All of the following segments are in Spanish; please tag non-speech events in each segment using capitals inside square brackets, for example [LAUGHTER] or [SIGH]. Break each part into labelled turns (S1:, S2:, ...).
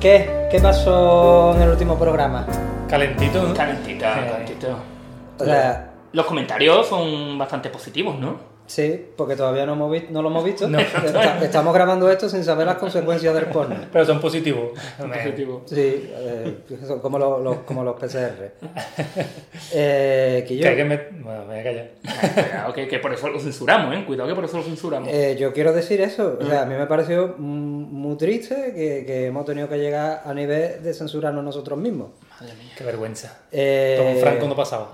S1: ¿Qué? ¿Qué pasó en el último programa?
S2: Calentito, ¿no?
S3: Calentita,
S2: Sí.
S3: calentito.
S1: O sea,
S3: Los comentarios son bastante positivos, ¿no?
S1: sí, porque todavía no, hemos vi- no lo hemos visto. [LAUGHS]
S2: No.
S1: Esta- estamos grabando esto sin saber las consecuencias del porno.
S2: Pero son positivos.
S3: [LAUGHS] Positivos.
S1: Sí, eh, son como los, los- como los
S2: [LAUGHS]
S1: PCR. Eh, que yo,
S2: Que hay que met- Bueno, me voy a callar.
S3: Cuidado, que, que por eso lo censuramos, ¿eh? Cuidado que por eso lo censuramos.
S1: eh, yo quiero decir eso. O sea, a mí me pareció mm, muy triste que, que hemos tenido que llegar a nivel de censurarnos nosotros mismos.
S3: Madre mía.
S2: Qué vergüenza.
S1: Eh,
S2: Don Franco no pasaba.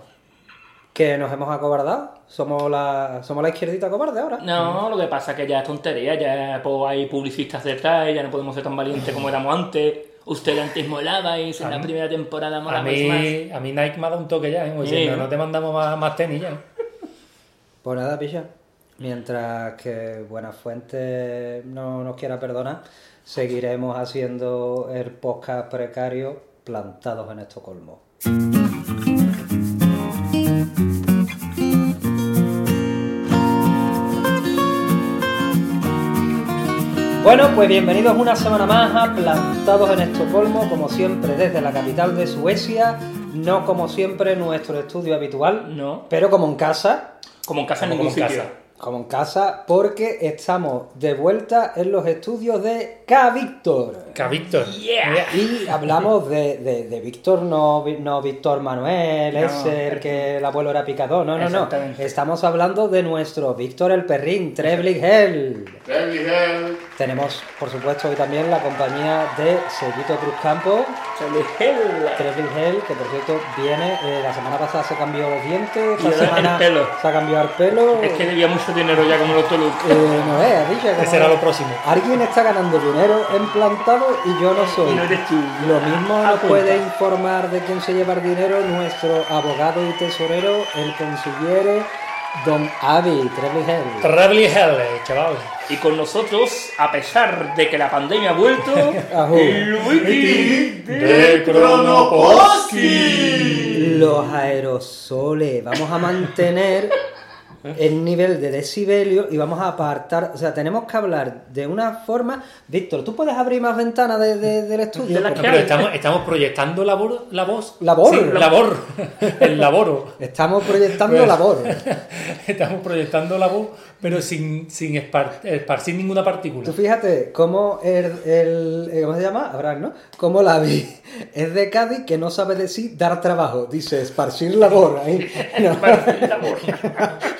S1: que nos hemos acobardado. Somos la, somos la izquierdita cobarde ahora.
S3: No, lo que pasa es que ya es tontería, ya pues, hay publicistas detrás, ya no podemos ser tan valientes como éramos antes. Usted antes molaba y en la Mm. primera temporada
S2: A
S3: molaba más.
S2: mí, a mí Nike me ha dado un toque ya, ¿eh? Oye,
S3: Sí,
S2: no,
S3: ¿no?
S2: no te mandamos más, más tenis ya.
S1: Pues nada, pilla. Mientras que Buenafuente no nos quiera perdonar, seguiremos haciendo el podcast precario plantados en Estocolmo. Bueno, pues bienvenidos una semana más a Plantados en Estocolmo, como siempre desde la capital de Suecia, no como siempre nuestro estudio habitual,
S3: No,
S1: pero como en casa,
S3: como en casa en
S2: Como
S3: ningún
S2: en
S3: sitio.
S2: casa.
S1: como en casa, porque estamos de vuelta en los estudios de K. Víctor.
S2: Que a Víctor.
S3: Yeah.
S2: Mira,
S1: Y hablamos de, de- de Víctor, no, Vi- no Víctor Manuel,
S3: No,
S1: ese el que el abuelo era picador. No, no, no.
S3: Exactamente.
S1: Estamos hablando de nuestro Víctor el perrín, Trebling Hell.
S4: Daily Hell.
S1: Tenemos, por supuesto, hoy también la compañía de Seguito Cruz Campo. Trebling Hell, que por cierto viene, eh, la semana pasada se cambió los dientes,
S3: Y
S1: esta
S3: ahora el
S1: semana
S3: pelo.
S1: se ha cambiado el pelo.
S3: Es que debía mucho dinero ya como los Toluca.
S1: Eh, no veas, dicha, como-
S2: Ese era lo próximo.
S1: Alguien está ganando dinero en plantado y yo no soy.
S3: Y no eres tú.
S1: Lo mismo nos
S3: Apunta.
S1: puede informar de quién se lleva el dinero nuestro abogado y tesorero, el consigliere, don Avi Trevligel.
S2: Trebly Hell, eh, chaval.
S3: Y con nosotros, a pesar de que la pandemia
S2: [LAUGHS]
S3: ha vuelto,
S1: Ajú.
S3: el wiki
S2: De
S4: Kronoposki.
S1: Los aerosoles. Vamos a mantener
S3: [LAUGHS]
S1: el nivel de decibelio y vamos a apartar. O sea, tenemos que hablar de una forma. Víctor, ¿tú puedes abrir más ventanas de- de- del estudio?
S3: De las
S2: No,
S3: que
S2: pero
S3: hay.
S2: estamos, estamos proyectando labor, la voz.
S1: Labor.
S2: Sí, labor. [LAUGHS] El laboro.
S1: Estamos proyectando
S2: Pues-
S1: labor.
S2: Estamos proyectando la voz, pero sin, sin espar- esparcir ninguna partícula.
S1: Tú fíjate cómo el, el- eh, ¿cómo se llama? Abraham, ¿no? Cómo la vi. Es de Cádiz que no sabe decir dar trabajo. Dice esparcir labor. Ahí. No,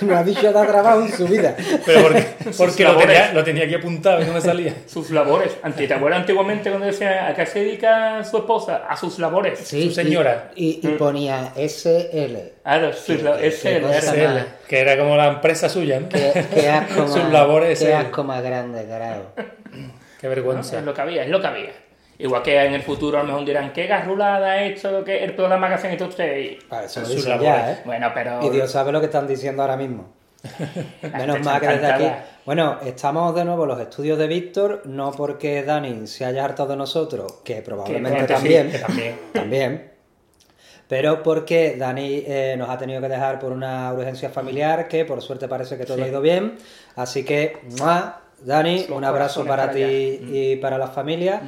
S1: no ha dicho dar trabajo en su vida.
S2: Pero porque,
S3: [LAUGHS]
S2: porque lo,
S3: labores.
S2: tenía, lo tenía aquí apuntado y no me
S3: [LAUGHS]
S2: salía.
S3: Sus labores. Ante- ¿Te acuerdas antiguamente cuando decía a qué se dedica su esposa? A sus labores.
S1: Sí,
S2: Su señora.
S1: Y, y- y ponía SL.
S3: Claro, sus la-
S1: qué
S3: ese era-
S1: cosa.
S3: era-
S2: SL, que era como la empresa suya, ¿no? Qué,
S1: Qué, qué
S2: [LAUGHS]
S1: asco
S2: Sus
S1: más-
S2: labores
S1: qué
S2: SL.
S1: asco más grande, carajo.
S2: vergüenza.
S3: Es lo que había, es lo que había. Igual que en el futuro a lo mejor dirán, qué garrulada ha hecho que el programa que hacen estos ustedes.
S1: Para Ah, eso lo
S2: Sus
S1: dicen
S2: labores.
S1: ya, ¿eh?
S3: Bueno, pero...
S1: Y Dios sabe lo que están diciendo ahora mismo. Menos
S3: Está
S1: mal que desde aquí.
S3: encantada.
S1: Bueno, estamos de nuevo en los estudios de Víctor, no porque Dani se haya hartado de nosotros, que probablemente
S3: Que
S1: también,
S2: Que también.
S1: [LAUGHS] también, pero porque Dani eh, nos ha tenido que dejar por una urgencia familiar, que por suerte parece que todo ha ido bien. Así que, ¡mua! Dani,
S3: Los
S1: un abrazo
S3: corazones
S1: para
S3: para
S1: ti
S3: allá.
S1: y para la familia.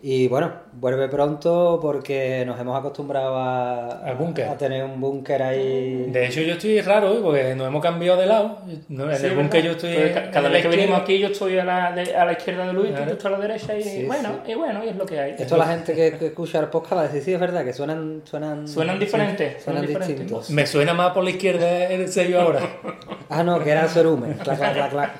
S1: Y bueno, vuelve pronto porque nos hemos acostumbrado a,
S2: Al búnker.
S1: a tener un búnker ahí.
S2: De hecho, yo estoy raro hoy porque nos hemos cambiado de lado. No, en
S3: Sí,
S2: el
S3: ¿verdad?
S2: búnker yo estoy.
S3: Entonces, ca-
S2: en
S3: cada
S2: la
S3: vez que
S2: izquierda.
S3: venimos aquí yo estoy a la, de- a la izquierda de Luis, y tú
S2: Claro.
S3: estás a la derecha y
S1: Sí,
S3: bueno, y bueno, y es lo que hay.
S1: Esto la gente que, que escucha el podcast va a decir, sí, es verdad, que suenan... Suenan,
S3: Suenan diferentes,
S1: Suenan
S3: suenan diferentes.
S1: distintos.
S2: Me suena más por la izquierda el sello
S3: [LAUGHS]
S2: ahora.
S1: Ah, no, que era Sorume. Clac, clac, clac, clac.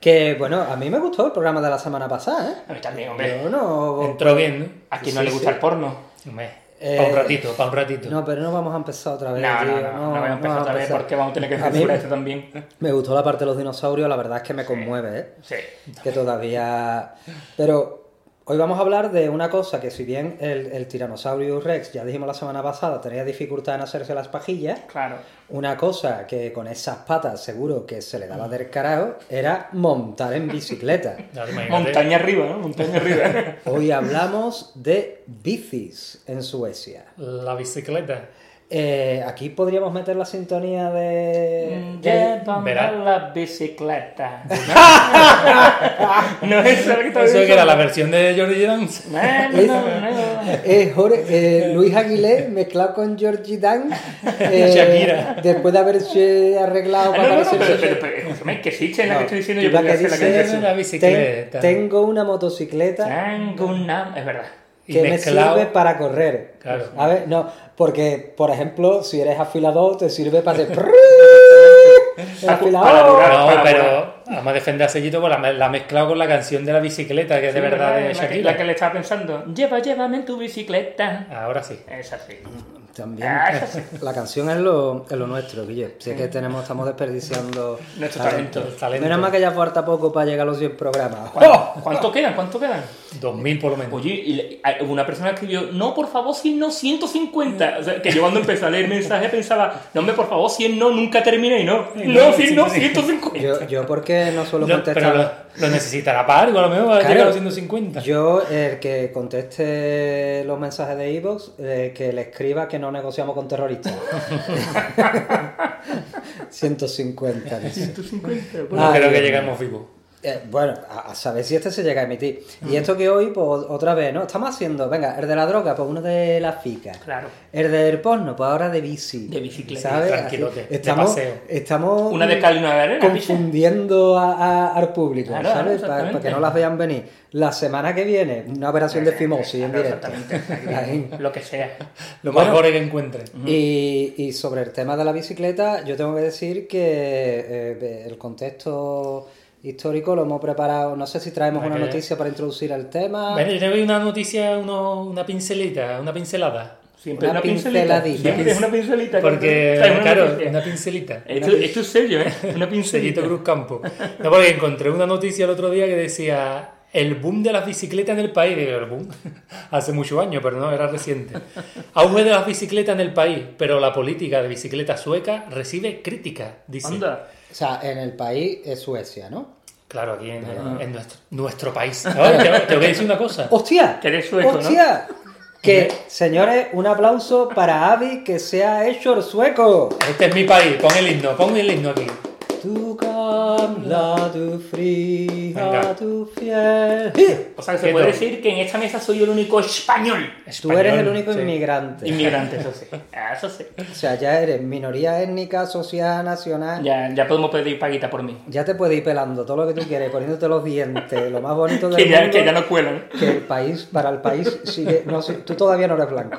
S1: Que, bueno, a mí me gustó el programa de la semana pasada, ¿eh?
S3: A mí también, hombre.
S1: Yo no...
S2: Entró bien, ¿no?
S3: ¿A quien no
S1: Sí,
S3: le gusta
S1: sí.
S3: el porno?
S2: para
S1: Eh,
S2: un ratito, para un ratito.
S1: No, pero no vamos a empezar otra vez.
S3: No,
S1: tío,
S3: no, no, no, voy a empezar
S1: vamos
S3: otra vez
S1: empezar.
S3: porque vamos a tener que
S1: A mí-
S3: censurar esto también.
S1: Me gustó la parte de los dinosaurios, la verdad es que me conmueve, ¿eh?
S3: Sí.
S1: que todavía... Pero hoy vamos a hablar de una cosa que si bien el, el Tyrannosaurus Rex, ya dijimos la semana pasada, tenía dificultad en hacerse las pajillas,
S3: Claro.
S1: una cosa que con esas patas seguro que se le daba del carajo era montar en bicicleta.
S2: Claro, imagínate.
S3: Montaña arriba, ¿no? Montaña [LAUGHS] arriba.
S1: Eh, Hoy hablamos de bicis en Suecia.
S2: La bicicleta.
S1: Eh, aquí podríamos meter la sintonía de. de-
S3: Mm, Llevan
S2: verá.
S3: la bicicleta. [LAUGHS] no es eso lo que estaba
S2: Eso que
S3: diciendo.
S2: era la versión de Jordi Dance.
S3: No, no, Ah, no, no.
S1: Eh, Jorge- eh, Luis Aguilé mezclado con Georgie
S3: [LAUGHS]
S1: Dan. eh,
S2: Shakira.
S1: Después de haberse arreglado
S3: Ah,
S1: para
S3: no, no, no,
S1: parecerse-
S3: pero, pero, pero, escúchame, que existe la
S1: No,
S3: que estoy Ah. diciendo
S1: y
S3: yo
S1: la
S3: podría
S1: que
S3: hacer la que
S1: dice-
S2: Eso
S3: dice
S2: era la
S1: Ten-
S2: bicicleta.
S1: tengo una motocicleta
S3: Tengo un nam- Es verdad.
S2: Y
S1: que me
S2: mezclado.
S1: sirve para correr.
S2: Claro.
S1: A ver, no, porque, por ejemplo, si eres afilador, te sirve para hacer.
S2: [LAUGHS]
S1: El
S3: Para
S1: afilador.
S3: durar.
S2: No,
S3: Para-
S2: pero vamos a defender a Sellito porque la, me- la ha mezclado con la canción de la bicicleta, que es de
S3: Sí,
S2: verdad de
S3: la, que,
S2: Shakira.
S3: la que le estaba pensando. Lleva, llévame en tu bicicleta.
S2: Ahora sí.
S3: Es así.
S1: También.
S3: Ah, es así.
S1: La canción es lo, es lo nuestro, Guille. Si es que tenemos, estamos desperdiciando.
S3: Nuestro
S1: talento.
S2: Mm. talento, talento.
S1: Menos mal que ya falta poco para llegar a los 100
S2: [LAUGHS]
S1: programas. ¡Oh!
S3: ¿Cuánto, cuánto quedan? ¿Cuánto quedan?
S2: 2000 por lo menos.
S3: Oye, y le- a- una persona escribió, no, por favor, 100 no, 150. O sea, que yo cuando empecé a leer mensaje pensaba, no, hombre, por favor, 100 no, nunca terminé y no. No, 100 no, 150.
S1: Yo, yo porque no suelo
S2: Yo- pero
S1: contestar.
S2: lo, lo necesitará para algo, a lo mejor va a
S1: Claro.
S2: llegar a los 150.
S1: Yo, el que conteste los mensajes de Evox, eh, que le escriba que no negociamos con
S2: [LAUGHS]
S1: terroristas. [LAUGHS] 150, dice.
S3: 150.
S2: No
S1: Ay,
S2: creo que
S1: Dios
S2: llegamos vivos.
S1: Eh, bueno, a, a saber si este se llega a emitir. Y esto que hoy, pues otra vez, ¿no? Estamos haciendo, venga, el de la droga, pues uno de la fica.
S3: Claro.
S1: El del porno, pues ahora de bici.
S3: De bicicleta.
S1: ¿Sabes?
S2: Tranquilote,
S1: Así,
S2: de
S1: estamos,
S2: paseo.
S1: estamos
S3: Una de cal y una de arena, ¿viste?
S1: confundiendo a- a- al público,
S3: Claro,
S1: ¿sabes? Para
S3: exactamente.
S1: que no las vean venir. La semana que viene, una operación de fimosis en
S3: Claro,
S1: directo.
S3: exactamente.
S1: [LAUGHS] Ahí.
S3: Lo que sea.
S2: Lo
S1: Bueno.
S2: mejor es que encuentren.
S1: Y, y sobre el tema de la bicicleta, yo tengo que decir que eh, el contexto histórico lo hemos preparado. No sé si traemos
S2: Para
S1: una
S2: que-
S1: noticia para introducir el tema.
S2: Bueno, yo te doy una noticia, uno- una pincelita, una pincelada.
S3: Siempre
S1: Una
S3: una, pincelita.
S1: pinceladita.
S3: Siempre es una pincelita.
S2: Porque,
S3: Trae una
S2: claro,
S3: noticia.
S2: una pincelita.
S3: Esto, esto es
S2: [LAUGHS]
S3: serio, ¿eh? Una
S2: Sellito
S3: pincelita.
S2: Cruz Campo. No, porque encontré una noticia el otro día que decía el boom de las bicicletas en el país. Digo, el boom. [LAUGHS] Hace muchos años, pero no, era reciente. Auge de las bicicletas en el país, pero la política de bicicleta sueca recibe crítica, dice.
S3: Anda.
S1: O sea, en el país es Suecia, ¿no?
S2: Claro, aquí en, en nuestro, nuestro país. Ahora, te, te voy a decir una cosa.
S1: ¡Hostia!
S3: Que eres sueco, ¿no?
S1: ¡Hostia! Que, señores, un aplauso para Avi que se ha hecho el sueco.
S2: Este es mi país, pon el himno, pon el himno aquí.
S1: Tu gamla, tu fría,
S2: Venga.
S1: tu fiel. ¡Eh!
S3: O sea, que se
S2: Quieto.
S3: puede decir que en esta mesa soy el
S2: [LAUGHS]
S3: único español.
S1: Tú eres el
S2: Español,
S1: único
S2: sí.
S1: inmigrante.
S3: Inmigrante, eso sí. Ah, Eso sí.
S1: O sea, ya eres minoría étnica, social, nacional. Ya.
S3: Ya, ya podemos pedir paguita por mí.
S1: te puedes ir pelando todo lo que tú quieres, poniéndote los dientes, lo más bonito del
S3: Que ya,
S1: mundo.
S3: que ya no cuelan.
S1: que el país, para el país, sigue. No, si- tú todavía no eres blanco.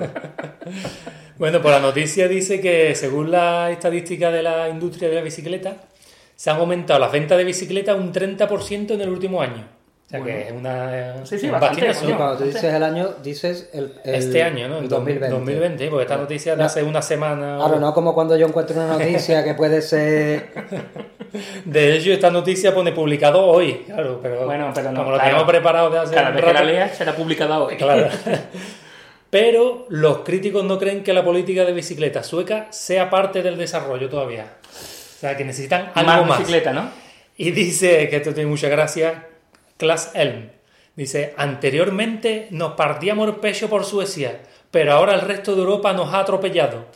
S2: Bueno, pues la noticia dice que según las estadísticas de la industria de la bicicleta, se han aumentado las ventas de bicicletas un 30% en el último año. O sea
S3: Bueno.
S2: que es una...
S3: Sí, sí,
S2: un
S3: bastante,
S2: bastinazo.
S1: Y
S3: coño.
S1: cuando tú dices el año, dices el. el
S2: Este año, ¿no? El
S1: 2020.
S2: 2020, porque esta noticia es de hace una semana. o-
S1: Claro, no como cuando yo encuentro una noticia que puede
S2: [LAUGHS]
S1: ser.
S2: De hecho, esta noticia pone publicado hoy, claro, pero,
S3: Bueno, pero no,
S2: como lo
S3: claro.
S2: teníamos preparado de hace
S3: Cada
S2: un
S3: vez que la
S2: rato,
S3: leas será publicada hoy.
S2: Claro.
S3: [LAUGHS]
S2: Pero los críticos no creen que la política de bicicleta sueca sea parte del desarrollo todavía. O sea, que necesitan algo
S3: Más
S2: más.
S3: bicicleta, ¿no?
S2: Y dice, que esto tiene mucha gracia, Klaas Elm. Dice, anteriormente nos partíamos el pecho por Suecia, pero ahora el resto de Europa nos ha atropellado.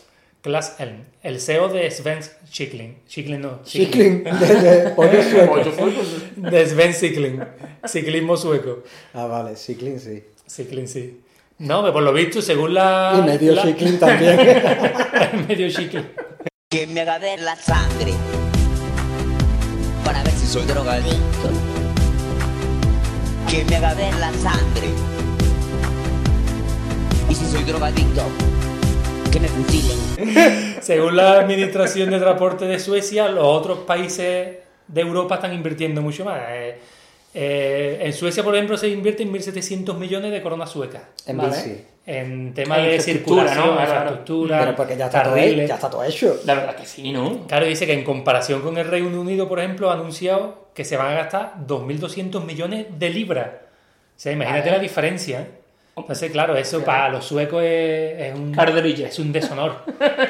S2: Klaas Elm, el CEO de Sven Schicklin. Schicklin no.
S1: Chiclin,
S2: [LAUGHS]
S1: desde pollo
S3: Oye,
S1: sueco.
S3: yo fui, pues,
S2: De Sven Schicklin. Ciclismo sueco.
S1: Ah, vale, Chiclin sí.
S2: Ciclin, sí. No, pero por lo visto, según la...
S1: Y medio
S2: Ah, la-
S1: Chiclin también.
S2: [LAUGHS] medio Schicklin.
S4: que me haga ver la sangre para ver si soy drogadicto. Que me haga ver la sangre y si soy drogadicto, que me fusilen.
S2: Según la Administración de Transporte de Suecia, los otros países de Europa están invirtiendo mucho más. Eh, eh, en Suecia, por ejemplo, se invierten 1.700 millones de coronas suecas.
S1: En
S3: Vale.
S1: bici.
S2: En tema
S3: En
S2: de circulación,
S3: infraestructura, ¿no? Claro, claro.
S2: infraestructura,
S1: Pero porque ya está, todo,
S2: carriles.
S1: ya está todo hecho.
S3: La verdad que sí, ¿no?
S2: Claro, dice que en comparación con el Reino Unido, por ejemplo, ha anunciado que se van a gastar 2.200 millones de libras. O sea, imagínate la diferencia. ¿eh? Entonces, claro, eso para los suecos es, es un...
S3: Carderilla.
S2: Es un deshonor.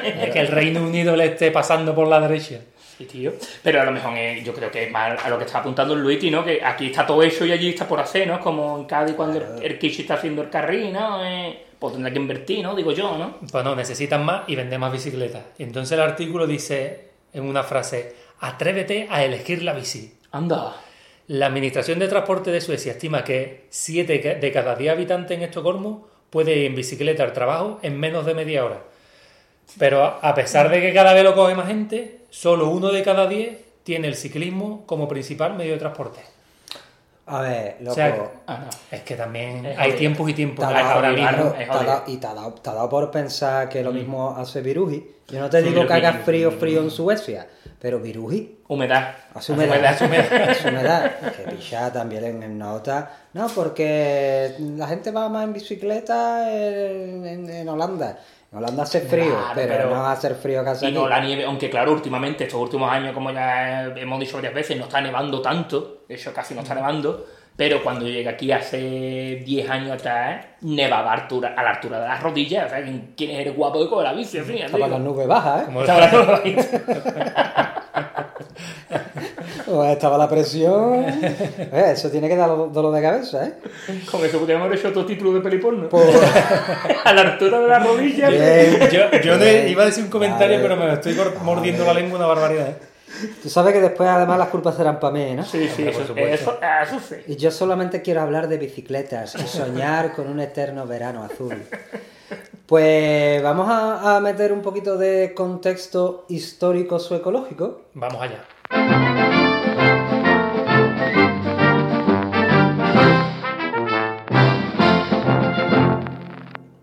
S2: Es que el Reino Unido le esté pasando por la derecha.
S3: Sí, tío. Pero a lo mejor es- yo creo que es más a lo que está apuntando el Luigi, ¿no? Que aquí está todo hecho y allí está por hacer, ¿no? Es como en Cádiz cuando el, el Kishi está haciendo el carril, ¿no? Eh, pues tendrá que invertir, ¿no? Digo yo, ¿no?
S2: Pues no, necesitan más y vender más bicicletas. Entonces el artículo dice en una frase, atrévete a elegir la bici.
S3: Anda.
S2: La Administración de Transporte de Suecia estima que 7 de cada 10 habitantes en Estocolmo puede ir en bicicleta al trabajo en menos de media hora. Pero a- a pesar de que cada vez lo coge más gente, solo uno de cada 10 tiene el ciclismo como principal medio de transporte.
S1: A ver, loco.
S2: O sea,
S3: Ah, no.
S2: es que también
S3: Es
S2: hay
S3: jodido.
S2: tiempos y
S1: te
S2: tiempos.
S1: ha
S3: Está
S2: Ahora
S1: dado-
S3: jodido,
S2: mismo-
S1: claro,
S3: es
S1: te ha
S3: jodido.
S1: dado- y te ha dado, te ha dado por pensar que lo mismo hace Viruji. Yo no te
S3: Sí,
S1: digo que
S3: Viruji.
S1: haga frío, frío en Suecia, pero Viruji
S3: Humedad.
S1: hace humedad.
S3: Hace humedad.
S1: [LAUGHS] hace humedad. Que picha también en, en nota. No, porque la gente va más en bicicleta en, en- en Holanda. En Holanda hace frío,
S3: Claro,
S1: pero,
S3: pero-
S1: no va a hacer frío que hace
S3: Y
S1: aquí.
S3: no la nieve, aunque claro, últimamente, estos últimos años, como ya hemos dicho varias veces, no está nevando tanto, de hecho casi no está nevando, pero cuando llegué aquí hace 10 años atrás, nevaba a, altura- a la altura de las rodillas, o sea, ¿quién- ¿quién es el guapo que coge la bici? Así, así.
S1: Estaba la nube baja, ¿eh?
S2: como-
S3: Estaba la nube bajita.
S1: O Pues estaba la presión. Eh, eso tiene que dar dolor de cabeza, ¿eh?
S3: Con eso podríamos haber hecho otro título de peliporno.
S1: Pues-
S3: [LAUGHS] a la altura de las rodillas.
S1: Bien.
S2: [LAUGHS] Yo, yo no
S1: Bien.
S2: iba a decir un comentario,
S1: Vale.
S2: pero me estoy cor- mordiendo la lengua una barbaridad. ¿eh?
S1: Tú sabes que después además las culpas serán para mí, ¿no?
S3: Sí, sí,
S2: Hombre,
S3: eso,
S2: por supuesto.
S3: eso- ah, eso sí.
S1: Y yo solamente quiero hablar de bicicletas y soñar con un eterno verano azul. Pues vamos a, a meter un poquito de contexto histórico suecológico.
S2: Vamos allá.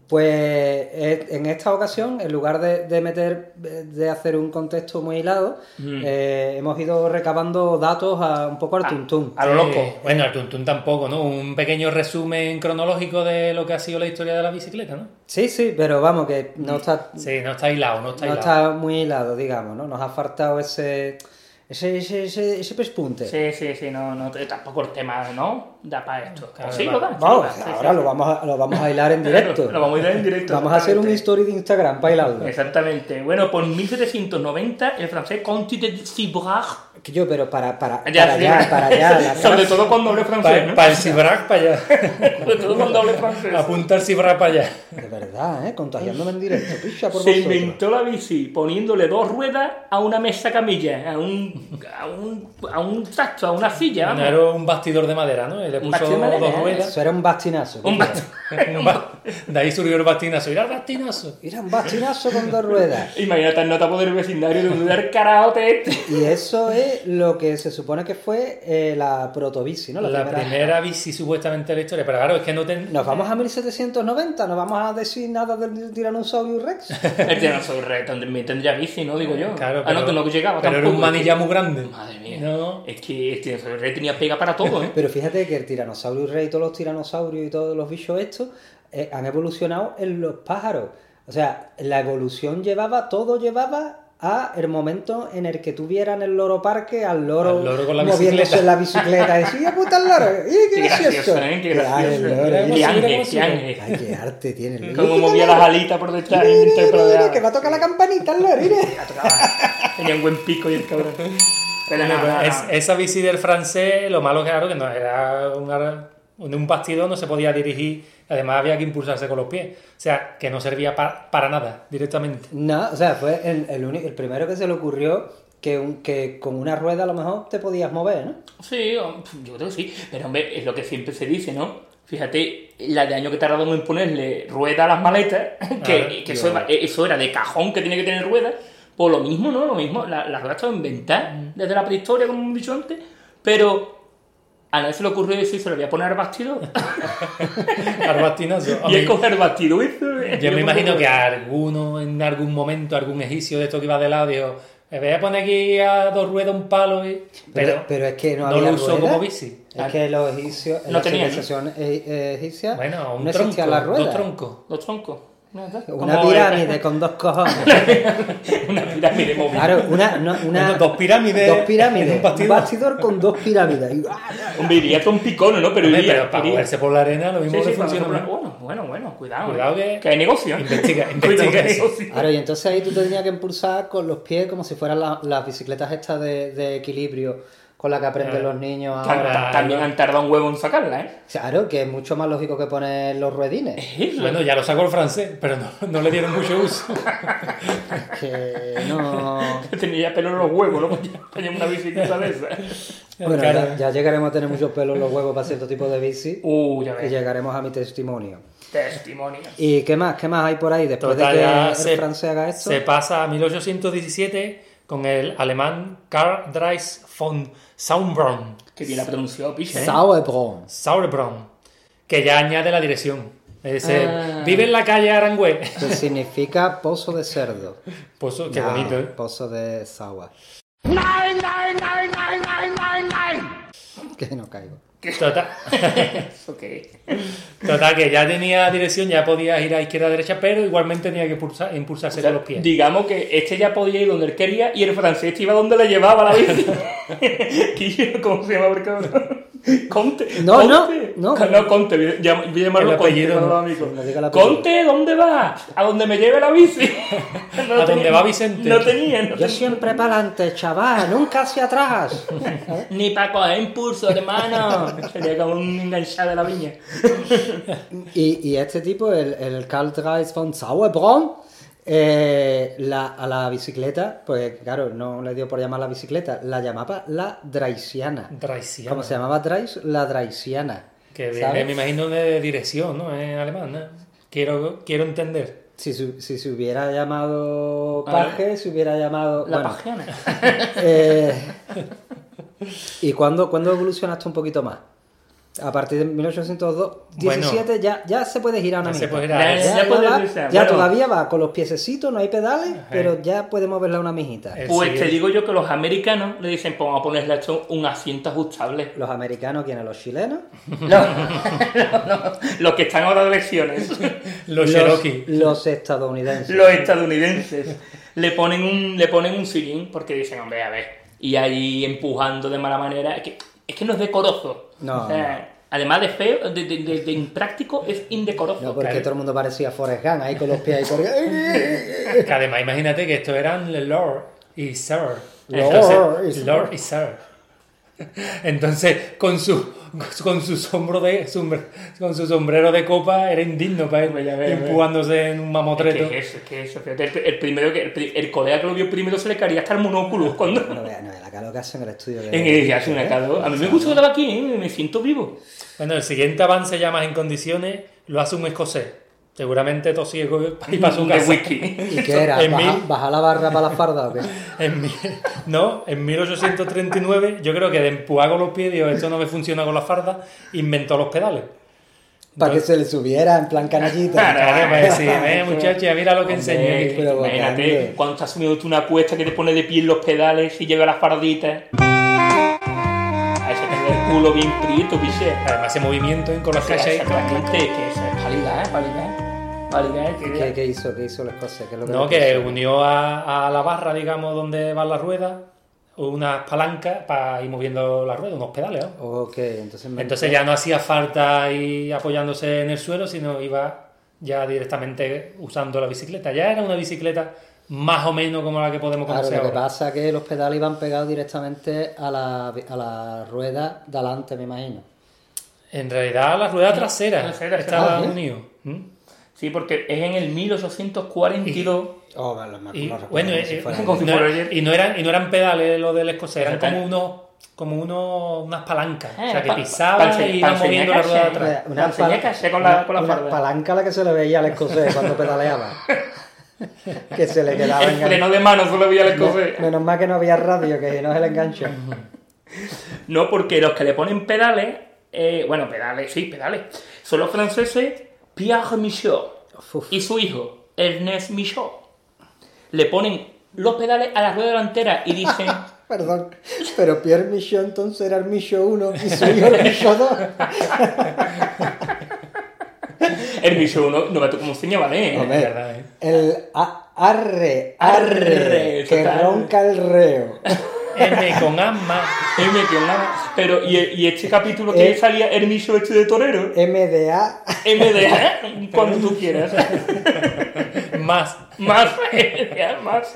S1: Pues eh, en esta ocasión, en lugar de, de meter, de hacer un contexto muy hilado, eh, hemos ido recabando datos a- un poco al tuntún.
S2: A lo
S3: Sí.
S2: loco. Eh, Bueno, el tuntún tampoco, ¿no? Un pequeño resumen cronológico de lo que ha sido la historia de la bicicleta, ¿no?
S1: Sí, sí, pero vamos, que no está,
S2: Sí, no está hilado, no está
S1: no
S2: hilado.
S1: está muy hilado, digamos, ¿no? Nos ha faltado ese, ese, ese, ese, ese pespunte.
S3: Sí, sí, sí, no, no, tampoco el tema, ¿no? Da para esto.
S2: Claro,
S3: sí,
S2: va.
S3: lo da. sí,
S1: Vamos,
S3: lo da, sí, sí,
S1: ahora
S3: sí.
S1: lo, vamos a, lo vamos a hilar en directo.
S3: [LAUGHS] Lo vamos a ir en directo.
S1: Vamos a hacer un
S3: exactamente.
S1: story de Instagram para hilarlo.
S3: Exactamente. Bueno, por 1790 el francés Conti de Cibrach.
S1: Que Yo, pero para,
S2: Ah,
S1: para, para allá,
S3: sí.
S1: para
S3: [LAUGHS]
S1: allá. la
S3: Sobre
S1: gracia.
S3: todo con doble francés,
S2: Para
S3: ¿no?
S2: el Cibrac, para allá.
S3: [LAUGHS] Sobre todo con doble francés.
S2: Apunta el Cibrac para allá.
S1: De verdad, ¿eh? Contagiándome en directo. Picha por
S3: Se
S1: vosotros.
S3: inventó la bici poniéndole dos ruedas a una mesa camilla, a un, a un, a un tacto, a una silla,
S2: Bueno,
S3: vamos.
S2: era un bastidor de madera, ¿no? Y le
S3: Un
S2: puso
S3: bastidor de madera,
S2: dos ruedas.
S1: Eh,
S3: [LAUGHS]
S1: Eso era un bastinazo.
S3: Un
S1: picha.
S3: basto.
S2: Un ba- De ahí surgió el bastinazo. Era el bastinazo.
S1: Era un bastinazo con dos ruedas.
S3: [LAUGHS] Imagínate, no por el vecindario de un lugar karaoke este.
S1: Y eso es lo que se supone que fue eh, la protobici, ¿no?
S2: La, primera... bici supuestamente de la historia. Pero claro, es que no ten...
S1: Nos vamos a 1790, no vamos a decir nada del Tyrannosaurus Rex.
S3: El tiranosaurio rex también tendría bici, ¿no? Digo yo.
S2: Claro,
S3: ah, no, que no llegaba
S2: pero era un
S3: tampoco.
S2: manilla muy grande.
S3: Madre mía.
S2: No.
S3: Es que el tiranosaurio rex tenía pega para todo, ¿eh?
S1: Pero fíjate que el tiranosaurio rey, todos los tiranosaurios y todos los bichos estos eh, han evolucionado en los pájaros. O sea, la evolución llevaba, todo llevaba a el momento en el que tuvieran el loro parque al loro,
S2: Al loro con la
S1: moviéndose
S2: bicicleta.
S1: en la bicicleta. Y decía, puta el loro! ¡Y
S3: Qué
S1: qué gracioso!
S3: gracioso, ¿eh? Qué
S1: Ay,
S3: gracioso.
S1: el loro,
S2: Era
S1: y-
S3: Qué
S2: gracioso.
S3: ángel, qué ángel.
S1: ¡Ay, qué arte tiene el
S3: Como
S1: ¡Y qué
S3: movía
S1: loro!
S3: las alitas por detrás.
S1: Mira,
S3: intentaba
S1: mira,
S3: rodear.
S1: mira, que va a tocar la campanita el loro,
S3: [LAUGHS]
S1: mira.
S3: Ah, Tenía un buen pico y el
S1: [LAUGHS]
S3: cabrón. Pero
S2: Bueno,
S3: no, no,
S2: pues,
S3: no.
S2: es- esa bici del francés, lo malo claro que no era una- en un bastidor no se podía dirigir, además había que impulsarse con los pies, o sea, que no servía pa- para nada
S3: [LAUGHS]
S2: directamente.
S1: No, o sea, fue el, el, único- el primero que se le ocurrió que, un- que con una rueda a lo mejor te podías mover, ¿no?
S3: Sí, o- yo creo que sí. Pero hombre, es lo que siempre se dice, ¿no? Fíjate, la de año que tardaron en ponerle rueda a las maletas, [LAUGHS] que,
S2: Ah,
S3: que eso, era, eso era de cajón que tiene que tener rueda. Pues lo mismo, ¿no? Lo mismo. La, la rueda estaba
S1: Mm.
S3: inventada desde la prehistoria, como hemos dicho antes. Pero a nadie se le ocurrió decir, se lo voy a poner al [LAUGHS] bastidor.
S2: Al bastinazo.
S3: y es
S2: Yo
S3: coger bastidor. [LAUGHS]
S2: me imagino que alguno en algún momento, algún egipcio de esto que iba de lado dijo, "Me voy a poner aquí a dos ruedas un palo, y-".
S1: Pero,
S2: pero,
S1: pero es que no,
S2: no
S1: había
S2: lo usó Ah,
S1: rueda.
S2: como bici.
S1: Es que los egipcios, en
S3: No
S1: la
S3: tenía, ¿no?
S1: civilización e- egipcia,
S2: Bueno, un
S1: no
S2: tronco,
S1: existía la rueda.
S2: dos troncos.
S3: Los troncos.
S1: Una
S3: Como-
S1: pirámide con dos cojones.
S2: [LAUGHS]
S3: [LAUGHS] una pirámide móvil.
S1: Claro, una, no, una-
S2: Dos pirámides
S1: Dos pirámides.
S2: en un
S1: un,
S2: bastidor.
S1: bastidor. con dos pirámides. Y- ah,
S3: Hombre, iría todo un picón, ¿no? Pero
S2: Hombre,
S3: iría.
S2: pero para
S3: iría.
S2: moverse por la arena lo
S3: Sí,
S2: mismo
S3: sí,
S2: que
S3: para
S2: funciona. ¿no?
S3: nosotros- Bueno, bueno, bueno, cuidado.
S2: Cuidado que-
S3: hay negocio. ¿eh? [LAUGHS]
S2: Investiga,
S3: Cuidado
S2: investiga
S3: que hay
S2: eso.
S3: negocio.
S1: Claro, y entonces ahí tú te tenías que impulsar con los pies como si fueran la- las bicicletas estas de, de equilibrio con las que aprenden
S2: Eh,
S1: los niños
S3: Tan-
S1: ahora.
S3: tan- También han tardado un huevo en sacarla, ¿eh?
S1: Claro, que es mucho más lógico que poner los ruedines.
S3: [LAUGHS]
S2: Bueno, ya lo sacó el francés, pero no, no le dieron mucho
S1: [LAUGHS]
S2: uso.
S1: Que
S2: [LAUGHS]
S1: no.
S3: Tenía pelo en los huevos, ¿no? [LAUGHS] Tenía una bicicleta de esa.
S1: Bueno,
S2: Claro.
S1: ya, ya llegaremos a tener muchos pelos en los huevos para cierto tipo de bici
S3: Uh, ya
S2: Pues
S1: y
S3: ves.
S1: llegaremos a mi testimonio.
S3: Testimonio.
S1: ¿Y qué más? ¿Qué más hay por ahí después
S2: Total,
S1: de
S2: ya
S1: que el francés haga esto?
S2: se pasa a 1817 con el alemán Karl Dreis von Sauerbrunn,
S3: Que bien la pronunció, piche. ¿eh?
S1: Sauerbraun.
S2: Sauerbrunn, que ya añade la dirección. Dice,
S3: Ah.
S2: vive en la calle Arangüe.
S1: Que significa pozo de cerdo.
S2: [LAUGHS] Pues [LAUGHS] qué
S1: Ah,
S2: bonito, ¿eh?
S1: Pozo de Sawa. Que no caigo.
S2: Total,
S3: Eso que-
S2: total, que ya tenía dirección, ya podía ir a izquierda, derecha, pero igualmente tenía que impulsa- impulsarse con los pies.
S3: Digamos que este ya podía ir donde él quería y el francés este iba donde le llevaba la bici. [LAUGHS] Quillo, ¿Cómo se llama el cabrón? Conte.
S1: No,
S3: Conte.
S1: no, no.
S3: No, Conte. Voy a llam- voy a llamarlo
S2: El apellido,
S3: Conte,
S2: no.
S3: no, amigo.
S1: No diga el apellido.
S3: Conte, ¿dónde va? A donde me lleve la bici. [LAUGHS] No
S2: ¿A dónde
S3: tenía-
S2: va Vicente?
S3: No tenía. no
S1: Yo
S3: tenía.
S1: siempre para adelante, chaval, nunca hacia
S2: [LAUGHS]
S1: atrás.
S3: Ni para coger impulso, hermano. [LAUGHS] Sería como un enganchado de la viña.
S1: Y, y este tipo, el, el Karl Dreis von Sauerbraun, eh, la, a la bicicleta, pues claro, no le dio por llamar la bicicleta, la llamaba la Dreisiana.
S2: Dreisiana.
S1: Como se llamaba Dreis, la Dreisiana.
S2: Que viene,
S1: ¿sabes?
S2: me imagino, de dirección, ¿no? En alemán, ¿no? Quiero, quiero entender.
S1: Si, su- si se hubiera llamado
S3: Ah.
S1: Paje, se hubiera llamado.
S3: La
S1: bueno,
S3: página.
S1: [LAUGHS] eh, ¿Y cuándo, cuándo evolucionaste un poquito más? A partir de 1802,
S2: Bueno.
S1: 17 ya, ya se puede girar una
S2: Ya se
S1: mitad.
S2: puede girar.
S3: Ya,
S2: Ya,
S1: Ya,
S3: ya
S1: ya
S3: puedes
S1: va-
S3: decir,
S1: ya
S3: bueno,
S1: todavía va con los piececitos, no hay pedales,
S2: Ajá. Eh.
S1: pero ya puede moverla una mijita.
S2: El
S3: Pues te
S2: siguiente.
S3: digo yo que los americanos le dicen, pues vamos a ponerle a esto un asiento ajustable.
S1: Los americanos, ¿quiénes? Los chilenos.
S3: No, [LAUGHS] no, no. Los que están ahora de elecciones.
S2: Los Cherokee.
S1: Los
S2: [LAUGHS]
S1: estadounidenses.
S3: Los estadounidenses. Le ponen un, le ponen un sillín porque dicen, hombre, a ver. Y ahí empujando de mala manera. Es que, es que no es decoroso.
S1: No,
S3: O sea, Además de feo, de, de- de- de impráctico, es indecoroso.
S1: No, porque
S2: Claro.
S1: todo el mundo parecía Forrest Gump, ahí con los pies ahí
S2: [LAUGHS]
S1: corriendo.
S2: Que además, imagínate que esto eran Lord y Sir.
S1: Lord
S2: Entonces,
S1: y Sir.
S2: Lord y Sir. Entonces, con su, con su, sombro de, sombre- con su sombrero de copa, era indigno para él,
S3: Hombre, ya ves,
S2: empujándose en un mamotreto.
S3: Es que eso, es que eso, fíjate, el, el primero que, el, pri- el colega que lo vio primero se le caería hasta el monóculo cuando...
S1: No veas, no veas la calor que hace en el estudio. de-
S3: en el, hace una calor. A mí me gusta estar aquí, ¿eh? me siento vivo.
S2: Bueno, el siguiente avance ya más en condiciones lo hace un escocés. Seguramente tosiego y para su
S3: De
S2: casa. [LAUGHS]
S3: whisky.
S1: ¿Y qué era?
S2: En
S1: ¿Baja,
S2: mil-
S1: baja la barra para la farda
S2: [LAUGHS]
S1: o qué?
S2: En mi- no, en 1839, yo creo que de empujar con los pies, dijo, esto no me funciona con la farda, inventó los pedales.
S1: Para que se le subiera en plan canallita.
S2: Claro, para
S1: [LAUGHS]
S2: decir, eh, muchacha, mira lo que enseñé.
S3: Hombre,
S2: aquí".
S1: pero
S3: imagínate,
S1: bacán,
S3: cuando estás subiendo tú una apuesta que te pone de pie en los pedales y lleva las farditas. A ese tener el culo bien prieto, piche.
S2: Además, ese movimiento en- con las
S3: Cacha
S2: calles.
S3: ahí con la gente, que esa es calidad, ¿eh? Calidad, calidad, que-
S1: ¿Qué, qué hizo? ¿Qué hizo el escocés? ¿Qué es lo que
S2: No,
S1: le
S2: que
S1: puso?
S2: unió a, a la barra, digamos, donde van las ruedas, unas palancas para ir moviendo las ruedas, unos pedales. ¿no?
S1: Ok, entonces... me-
S2: Entonces ya no hacía falta ir apoyándose en el suelo, sino iba ya directamente usando la bicicleta. Ya era una bicicleta más o menos como la que podemos
S1: Claro,
S2: conocer
S1: lo que
S2: ahora.
S1: pasa es que los pedales iban pegados directamente a la, a la rueda de adelante, me imagino.
S2: En realidad la rueda trasera
S3: Trasera,
S2: estaba
S1: ah, ¿sí?
S2: unido. ¿Mm?
S3: Sí, porque es en el 1842.
S1: Oh, bueno, me-
S2: Y,
S1: no recuerdo
S2: bueno,
S1: si
S2: eh,
S1: fuera-
S2: no-
S3: si fuera-
S2: y no eran, y no eran pedales los del escocés, eran
S3: Exacto.
S2: como unos, como unos, unas palancas.
S3: Ah,
S2: o sea, que
S3: pa-
S2: pisaban
S3: pa- pa-
S2: y iban
S3: pa-
S2: moviendo la rueda de
S3: enseñar,
S2: atrás.
S3: Con señeca, sí, con la- con la
S1: una
S3: farda.
S1: palanca a la que se le veía al escocés cuando
S2: [LAUGHS]
S1: pedaleaba. que se le quedaba
S3: El freno
S1: enganchado.
S3: de mano solo veía el escocés.
S1: Menos mal que no había radio, que no es el enganche.
S2: [LAUGHS]
S3: No, porque los que le ponen pedales, eh, bueno, pedales, sí, pedales, son los franceses Pierre Michaud
S1: Uf.
S3: y su hijo, Ernest Michaud. Le ponen los pedales a la rueda delantera y
S1: [LAUGHS]
S3: dicen,
S1: Perdón, pero Pierre Michaud entonces era el
S2: [LAUGHS]
S1: Michaud 1 y su hijo el Michaud 2.
S3: El bicho no, no me tocó como enseñaba, ¿eh?
S1: Hombre,
S2: verdad, ¿eh?
S1: el a- arre, arre,
S3: Arre,
S1: que
S3: total.
S1: ronca el reo.
S2: M con asma.
S3: M que nada. Pero, ¿y, y este capítulo que
S1: Eh.
S3: salía el bicho este de torero?
S1: [LAUGHS] MDA.
S3: MDA, "Eh, cuando tú
S1: [LAUGHS]
S3: quieras.
S2: Más.
S3: Más, MDA, más.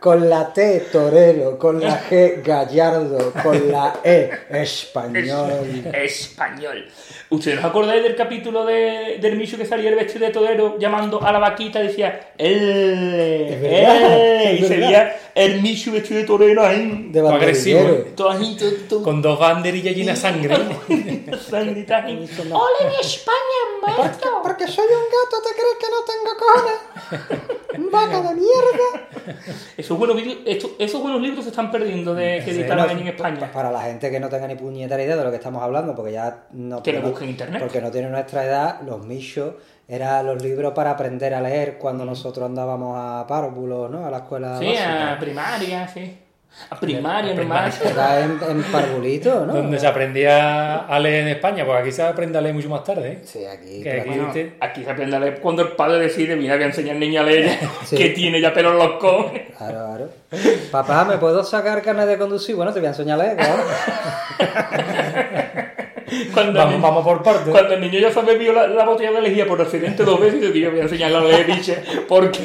S1: Con la T, torero. Con la G, gallardo. Con la E, español.
S3: Español. ¿Ustedes os acordáis del capítulo de, del Micho que salía el vestido de torero llamando a la vaquita? Decía, ¡El!
S1: Es verdad,
S3: ¡El!
S1: es
S3: Y se
S1: verdad.
S3: veía el Micho vestido de torero ahí.
S1: De
S2: agresivo, eh.
S1: banderillero.
S3: Todas ahí, tú- tú- [LAUGHS]
S2: Con dos banderillas llenas de sangre.
S3: Sangrita ahí.
S4: ¡Ole de España,
S1: ¿Por qué? Porque soy un gato, ¿te crees que no tengo cojones?
S2: [LAUGHS]
S1: ¡Vaca de mierda!
S3: Esos buenos, vídeos- estos- esos buenos libros se están perdiendo de que
S2: Sí,
S3: editaron
S1: Eh, no,
S3: ahí en España.
S1: Para la gente que no tenga ni puñetera idea de lo que estamos hablando, porque ya no
S3: Que lo
S1: tenemos-
S3: busque en internet.
S1: Porque no tiene nuestra edad, los michos eran los libros para aprender a leer cuando nosotros andábamos a párvulos, ¿no? A la escuela
S3: Mm. Sí,
S1: básica.
S3: a primaria, sí. A primaria,
S2: A
S3: normal.
S1: Era en, en parvulito, ¿no?
S2: Donde se aprendía a leer en España. Pues aquí se aprende a leer mucho más tarde. ¿eh?
S1: Sí, aquí.
S2: Que aquí-
S3: Bueno, aquí se aprende a leer cuando el padre decide, mira, voy a enseñar al niño a leer
S1: Sí.
S3: que tiene ya pelo en los cojones.
S1: Claro, claro. Papá, ¿me puedo sacar carnet de conducir? Bueno, te voy a enseñar a leer, claro.
S3: [LAUGHS] Cuando, el,
S2: Vamos,
S3: niño-
S2: vamos por partes.
S3: cuando el niño ya se bebió la, la botella de lejía por accidente dos veces, y digo, voy a enseñarle a leer, biche, porque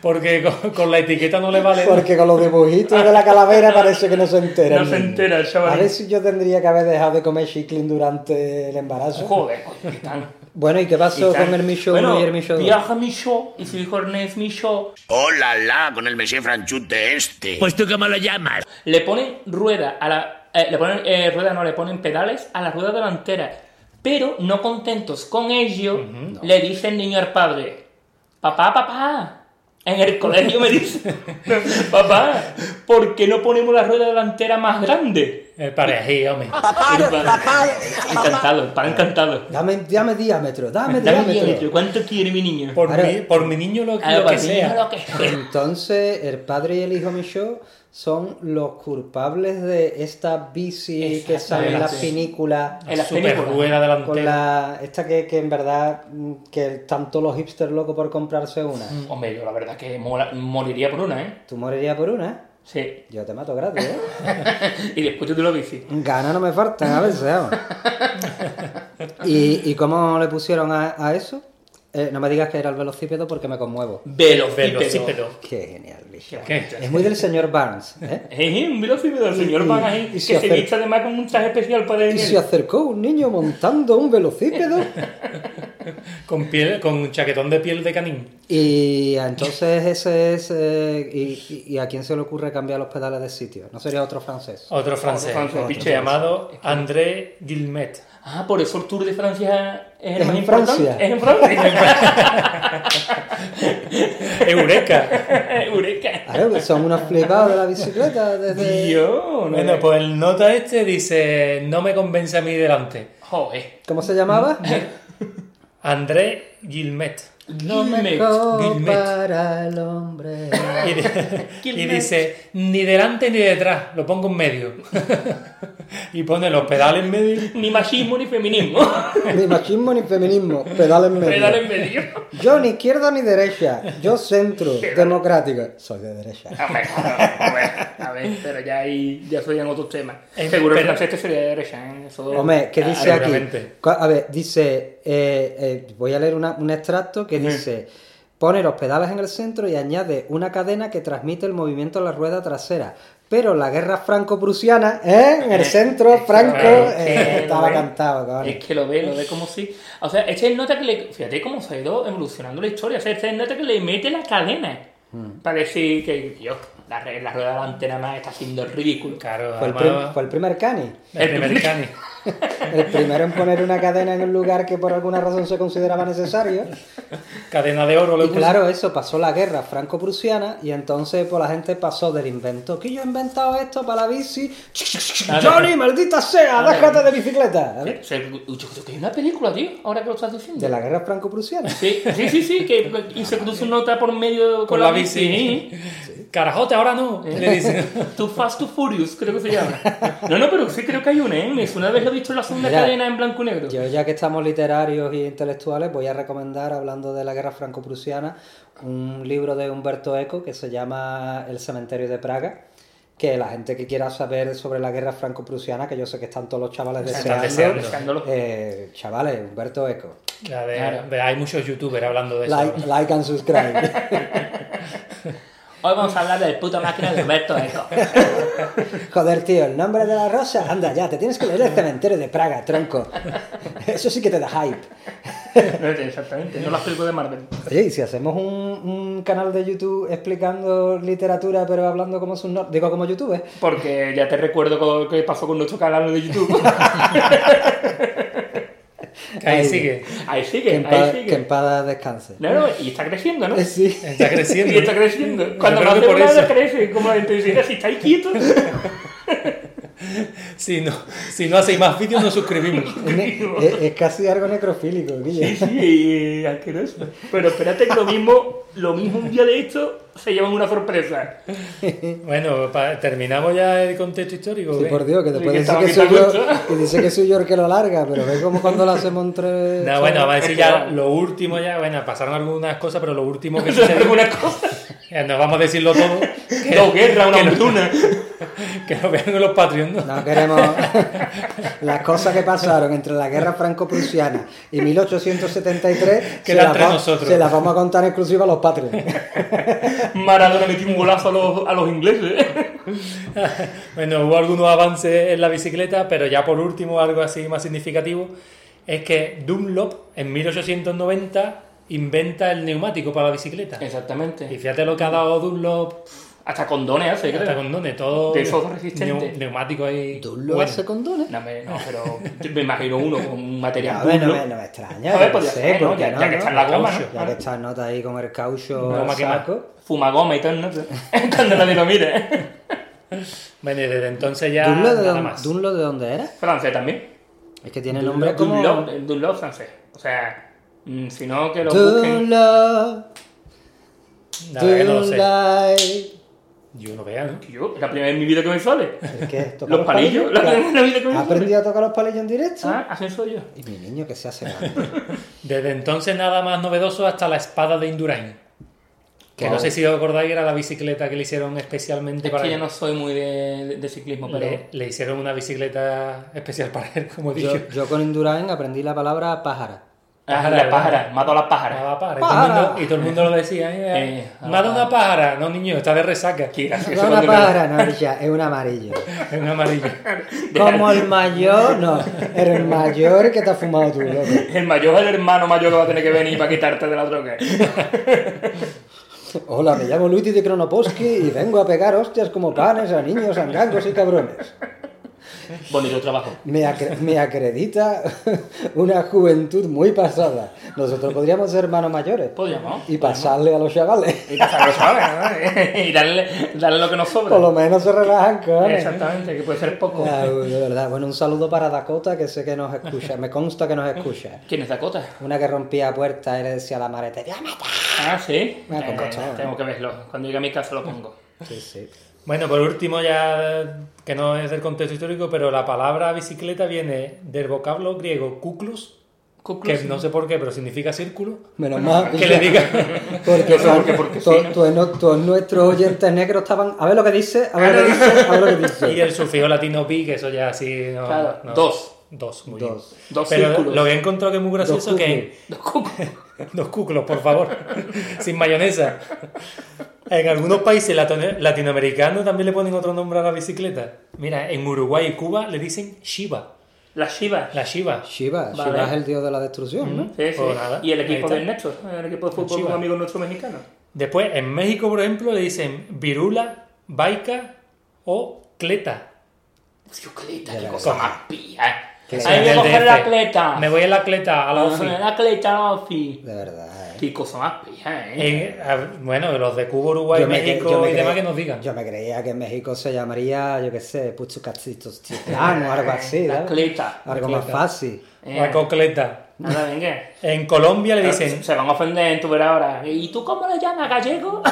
S2: Porque con, con la etiqueta no le vale.
S1: Porque con los dibujitos de la calavera parece que no se entera.
S3: [LAUGHS] No
S1: el
S3: se
S1: niño.
S3: entera el chaval.
S1: A ver si yo tendría que haber dejado de comer chiclin durante el embarazo.
S3: joder, qué tan-
S1: Bueno, ¿y qué pasó
S3: qué tan-
S1: con el Micho 1
S3: Bueno,
S1: y el Micho 2?
S3: Viaja mi show y su hijo Ernest mi show
S5: ¡Oh, la, la! Con el mesé franchute este.
S6: Pues tú cómo lo llamas.
S3: le ponen rueda a la eh, le ponen eh, rueda no le ponen pedales a la rueda delantera pero no contentos con ello le dice el niño al padre papá papá en el colegio me dice [LAUGHS] papá ¿por qué no ponemos la rueda delantera más grande?
S2: El parejío, eh, hombre.
S3: Y el padre, encantado el padre encantado
S1: Dame, dame diámetro, dame,
S3: Dame
S1: diámetro.
S3: diámetro, ¿cuánto quiere mi niño? Ah,
S2: Por,
S1: Ahora-
S2: mi, por mi niño lo,
S3: A
S2: lo
S3: lo
S2: que
S3: que sea.
S2: sea.
S1: Entonces, el padre y el hijo Micho son los culpables de esta bici que sale en las
S3: Exactamente.
S1: pinículas.
S3: En las
S2: Super
S3: películas.
S2: rueda
S1: Con
S2: delantera.
S1: la, esta que, que en verdad, mm, que tanto los hipsters locos por comprarse una.
S3: Hombre, yo la verdad que mola- moriría por una, ¿eh?
S1: Tú morirías por una,
S3: Sí. [LAUGHS]
S1: yo te mato gratis, ¿eh? [LAUGHS]
S3: y después tú te lo bici.
S1: Ganas no me faltan a veces,
S3: [LAUGHS]
S1: vamos. ¿Y, y cómo le pusieron a, a eso? Eh, no me digas que era el velocípedo porque me conmuevo.
S3: Velocípedo.
S2: Velocípedo.
S1: Qué genial, Lisha.
S2: ¿Qué?
S1: Es muy del señor Barnes,
S3: [LAUGHS]
S1: ¿eh?
S3: Jeje, un velocípedo, el señor
S1: y-
S3: Van ahí,
S1: y
S3: que
S1: se
S3: se
S1: acerca.
S3: viste además con un traje especial para
S1: Y
S3: el
S1: se acercó un niño montando un velocípedo.
S2: Con, piel, con un chaquetón de piel de canín.
S1: Y entonces ese es... eh, y, y- y a quién se le ocurre cambiar los pedales de sitio? ¿No sería otro francés?
S2: Otro francés.
S3: francés,
S2: Otro
S3: bicho.
S2: llamado André Guilmet.
S3: Ah, por eso el Tour de Francia es el
S1: Es
S3: más
S1: en
S3: importante.
S1: Francia.
S3: Es
S1: [LAUGHS]
S3: en Francia.
S2: Eureka.
S3: [LAUGHS] Eureka.
S1: Claro, son unos flipados de la bicicleta desde...
S3: Dios, no
S2: Bueno,
S3: es-
S2: pues el nota este dice, no me convence a mí delante.
S3: Joder.
S1: ¿Cómo se llamaba?
S2: André Guilmet.
S1: Lo
S3: Gilmet.
S1: mejor
S2: Gilmet.
S1: para el hombre.
S2: Y, di- y dice, ni delante ni detrás, lo pongo en medio. [LAUGHS] y pone los pedales en
S3: [LAUGHS]
S2: medio.
S3: Ni machismo ni feminismo.
S1: Ni machismo ni feminismo. Pedal en medio.
S3: [LAUGHS] Pedal en medio.
S1: Yo ni izquierda ni derecha. Yo centro. democrática. Soy de derecha.
S3: A ver, a ver, Ah, a ver, pero ya ahí ya serían otros temas.
S2: Eh,
S3: Seguro que
S2: pero-
S3: el francés este sería de derecha, ¿eh? Eso-
S1: Hombre, ¿qué dice aquí?
S2: Seguramente.
S1: Cu- A ver, dice. eh, eh, voy a leer una- un extracto que dice. Pone los pedales en el centro y añade una cadena que transmite el movimiento a la rueda trasera. Pero la guerra franco-prusiana, ¿eh? En el centro, Franco
S3: Claro,
S1: eh,
S3: que
S1: estaba
S3: lo ve.
S1: cantado, cabrón.
S3: Es que lo ve, lo ve como si. O sea, este es el nota que le. Fíjate cómo se ha ido evolucionando la historia. O sea, este es el nota que le mete la cadena.
S1: Hmm.
S3: Para decir que, Dios, la, re- la rueda delantera más está haciendo el ridículo.
S2: Claro,
S1: Fue el,
S2: además,
S1: prim- fue el primer cani.
S2: el primer cani.
S1: El primero en poner una cadena en un lugar que por alguna razón se consideraba necesario.
S2: Cadena de oro le
S1: Y
S2: puso.
S1: claro, eso pasó la guerra franco-prusiana y entonces pues, la gente pasó del invento. Que yo he inventado esto para la bici. Johnny, maldita sea, déjate de bicicleta. A ver,
S3: O sea, yo creo que hay una película, tío, ahora que lo estás diciendo.
S1: De la guerra
S2: [LAUGHS]
S1: franco-prusiana.
S3: Sí, sí, sí, sí, que y
S1: [LAUGHS]
S3: se cruza una nota por medio con,
S2: Con
S3: la
S2: la
S3: bici.
S2: bici. [LAUGHS] Carajote, ahora no. Le dice.
S3: [LAUGHS] Too Fast, Too Furious, creo que se llama. No, no, pero sí creo que hay una, ¿eh? Me suena haberla lo he visto en la segunda
S1: Mira,
S3: cadena en blanco y negro.
S1: Yo, ya que estamos literarios y intelectuales, voy a recomendar, hablando de la guerra franco-prusiana, un libro de Humberto Eco que se llama El cementerio de Praga. Que la gente que quiera saber sobre la guerra franco-prusiana, que yo sé que están todos los chavales
S2: Están
S1: deseando,
S2: deseando.
S3: Deseándolo.
S1: eh, chavales, Humberto Eco.
S2: La de-
S3: Claro.
S2: de- hay muchos youtubers hablando de eso.
S1: Like, like and
S2: [LAUGHS]
S1: subscribe.
S3: Hoy vamos a hablar del puto máquina de ¿eh?
S1: [LAUGHS]
S3: Humberto Eco.
S1: Joder, tío, el nombre de la rosa, anda ya, te tienes que leer el cementerio de Praga, tronco. Eso sí que te da hype.
S3: Exactamente, no las películas de Marvel.
S1: Oye, y si hacemos un, un canal de YouTube explicando literatura, pero hablando como sus no- digo como ¿eh? youtubers.
S3: Porque ya te recuerdo con- qué pasó con nuestro canal de
S1: [LAUGHS]
S3: YouTube.
S2: Que ahí
S1: Ay,
S2: sigue.
S3: Ahí
S1: Que
S3: sigue,
S1: en,
S3: ahí
S1: paz- que en
S3: sigue.
S1: paz descanse.
S3: No, no, y está creciendo, ¿no?
S1: Eh, Sí.
S2: Está creciendo.
S3: Y está creciendo.
S2: Yo
S3: Cuando
S2: creo
S3: más
S2: que por
S3: nada
S2: eso.
S3: crece, como la intensidad, si estáis quietos.
S2: Si no, si no hacéis más vídeos, nos suscribimos.
S1: Es, ne- es- es casi algo necrofílico, Guille.
S3: Sí, sí, asqueroso. Pero espérate que lo mismo, lo mismo un día de esto se llevan una sorpresa.
S2: [LAUGHS] Bueno, pa- terminamos ya el contexto histórico. ¿eh?
S1: Sí,
S2: ¿qué?
S1: por Dios, que
S3: Sí,
S1: después
S3: que
S1: dice
S3: estaba
S1: que,
S3: aquí
S1: soy
S3: tan
S1: yo,
S3: gusto.
S1: que dice que soy yo el que lo larga, pero ve como cuando lo hacemos entre...
S2: No, bueno, va a decir
S3: es
S2: ya
S3: que-
S2: lo último ya. Bueno, pasaron algunas cosas, pero lo último [LAUGHS] que
S3: Eso [LAUGHS] es
S2: sucedió.
S3: alguna cosa.
S2: Ya nos vamos a decirlo [LAUGHS] todo. Que,
S3: Dos guerras, una
S2: que lo-
S3: hambruna.
S2: [LAUGHS] que lo vean en los Patreons, ¿no?
S1: No queremos [LAUGHS] las cosas que pasaron entre la guerra franco-prusiana y 1873
S2: Queda
S1: se las,
S2: entre
S1: va-
S2: nosotros.
S1: se las vamos a contar en exclusiva a los Patreons.
S3: Maradona metió un golazo a los, a los ingleses.
S2: Bueno, hubo algunos avances en la bicicleta, pero ya por último, algo así más significativo, es que Dunlop en 1890 inventa el neumático para la bicicleta. Y
S3: Exactamente.
S2: fíjate lo que ha dado Dunlop
S3: Hasta condones hace, creo.
S2: hasta con dones, todo
S3: De esos resistentes.
S2: neu- neumático ahí.
S1: ¿Dunlop
S2: bueno.
S1: hace condones?
S3: No, me- no, pero yo me imagino uno con un material.
S1: A ver, no
S3: duro.
S1: me, no me extraña.
S3: A ver,
S1: yo
S3: podría
S1: sé,
S3: ser, ¿no?
S1: ¿por qué
S3: Ya- ya que está en la goma, ¿no?
S1: Ya que está en nota ahí con el caucho
S2: Goma
S1: al
S2: que más.
S1: saco.
S3: Fuma goma y todo, ¿no? [LAUGHS] Cuando nadie lo mire.
S2: Bueno, y desde entonces ya
S1: ¿Dunlop de,
S2: nada
S1: dónde-
S2: más.
S1: Dunlop de dónde era?
S3: Francés también.
S1: Es que tiene nombre
S3: Dunlop,
S1: como...
S3: Dunlop, el Dunlop francés. O sea, mm, si no, que lo busquen.
S1: Dunlop,
S2: Nada, que no lo sé.
S1: Dunlight.
S2: Yo no veo, ¿no?
S3: Yo, es la primera vez en mi vida que me sale.
S1: ¿El qué? ¿Tocar
S3: Los palillos, [LAUGHS] la primera vez en la vida que me
S1: ¿Ha
S3: sale.
S1: aprendido a tocar los palillos en directo?
S3: Ah, así soy yo.
S1: Y mi niño que se hace grande.
S2: Desde entonces nada más novedoso hasta la espada de Indurain. Que no
S1: Wow.
S2: sé si os acordáis, era la bicicleta que le hicieron especialmente
S3: Es
S2: para
S3: que yo
S2: él.
S3: no soy muy de, de ciclismo, pero.
S2: le, le hicieron una bicicleta especial para él, como he dicho.
S1: Yo, yo con Indurain aprendí la palabra [LAUGHS] pájara.
S3: Ah,
S2: Pájara,
S3: las
S2: ¿verdad?
S3: pájaras, mato a las pájaras.
S2: Daba pájara. Y, todo el
S1: Pájara.
S2: mundo, y todo el mundo lo decía. ¿eh?
S3: Eh,
S2: Me ha dado una pájara. No, niño, está de resaca.
S3: Qué
S1: No,
S3: gracioso
S1: no una
S3: cuando me-
S1: pájara, no, ya, es un
S3: [LAUGHS]
S1: amarillo.
S2: Es un amarillo.
S1: Como el mayor, no, eres el mayor que te has fumado tú, loco.
S3: El mayor es el hermano mayor que va a tener que venir para quitarte de la droga.
S1: Hola, me llamo Luigi de Kronoposki y vengo a pegar hostias como panes a niños, angangos y cabrones.
S3: Bonito trabajo.
S1: Me, acre- me acredita [LAUGHS] una juventud muy pasada. Nosotros podríamos ser hermanos mayores
S3: Podríamos.
S1: y pasarle a los chavales.
S3: Y pasarlo suave, ¿no? Y darle, darle lo que nos sobra.
S1: Por lo menos se relajan, cojones.
S3: Exactamente, que puede ser poco.
S1: Ah, de verdad. Bueno, un saludo para Dakota, que sé que nos escucha. Me consta que nos escucha.
S3: ¿Quién es Dakota?
S1: Una que rompía puertas y le decía a la maretería.
S3: Ah, sí.
S1: Me ha
S3: Eh,
S1: contestado,
S3: tengo que verlo. Cuando llegue a mi casa lo pongo.
S1: Sí, sí.
S2: Bueno, por último, ya que no es del contexto histórico, pero la palabra bicicleta viene del vocablo griego kuklus, que no sé por qué, pero
S1: [LAUGHS]
S2: significa círculo.
S1: Menos mal.
S2: Que le diga.
S1: Porque,
S3: Eso
S1: son-
S3: porque- porque
S1: to-
S3: sí, ¿no?
S1: to- no- todos nuestros oyentes negros estaban. A ver lo que dice, a ver lo que dice, a ver lo que
S2: Y [LAUGHS]
S1: dice.
S2: el sufijo latino pi, que eso ya así. no-
S3: Claro,
S2: no.
S3: dos.
S2: Dos, muy
S1: Dos.
S2: bien.
S3: Dos
S2: pero
S3: círculos.
S2: lo que he encontrado que es muy gracioso
S1: Dos
S2: que. [LAUGHS] Dos cuclos, por favor. [LAUGHS] Sin mayonesa. En algunos países lato- latinoamericanos también le ponen otro nombre a la bicicleta. Mira, en Uruguay y Cuba le dicen Shiva.
S3: Las Chivas.
S2: La Shiva.
S1: Shiva,
S3: Vale. Mm.
S1: Shiva es el dios de la destrucción, ¿no?
S3: Sí, sí.
S2: Pues nada,
S3: y el
S2: ahí
S3: equipo
S2: está.
S3: de Ernesto, el equipo de fútbol,
S2: Chivas.
S3: un amigo nuestro mexicano.
S2: Después, en México, por ejemplo, le dicen Virula, Baica o Cleta.
S3: Tío, Cleta,
S1: Ya
S3: qué
S1: la
S3: cosa
S2: verdad.
S3: más pía. ¿eh?
S1: Que
S3: Ahí
S2: En
S3: me
S2: el
S3: coger
S2: DF.
S3: la Cleta.
S2: Me voy a la Cleta, a la
S3: Ajá,
S2: OFI.
S3: La Cleta, la ofi.
S1: De verdad. ¿eh?
S3: Qué cosa más pía, ¿eh?
S2: En- a- bueno, los de Cuba, Uruguay,
S1: me cre-
S2: Pues México
S1: me
S2: y
S1: cre-
S2: demás que nos digan.
S1: Yo me creía que en México se llamaría, yo qué sé, Puchucacitos Titlán o algo así,
S3: La
S1: ¿no?
S3: Cleta.
S1: Algo más fácil.
S3: Eh, Ah,
S2: La Cocleta.
S3: Nada, [LAUGHS] venga.
S2: En Colombia le dicen
S3: Se van a ofender en tu ver ahora. ¿Y tú cómo le llamas gallego?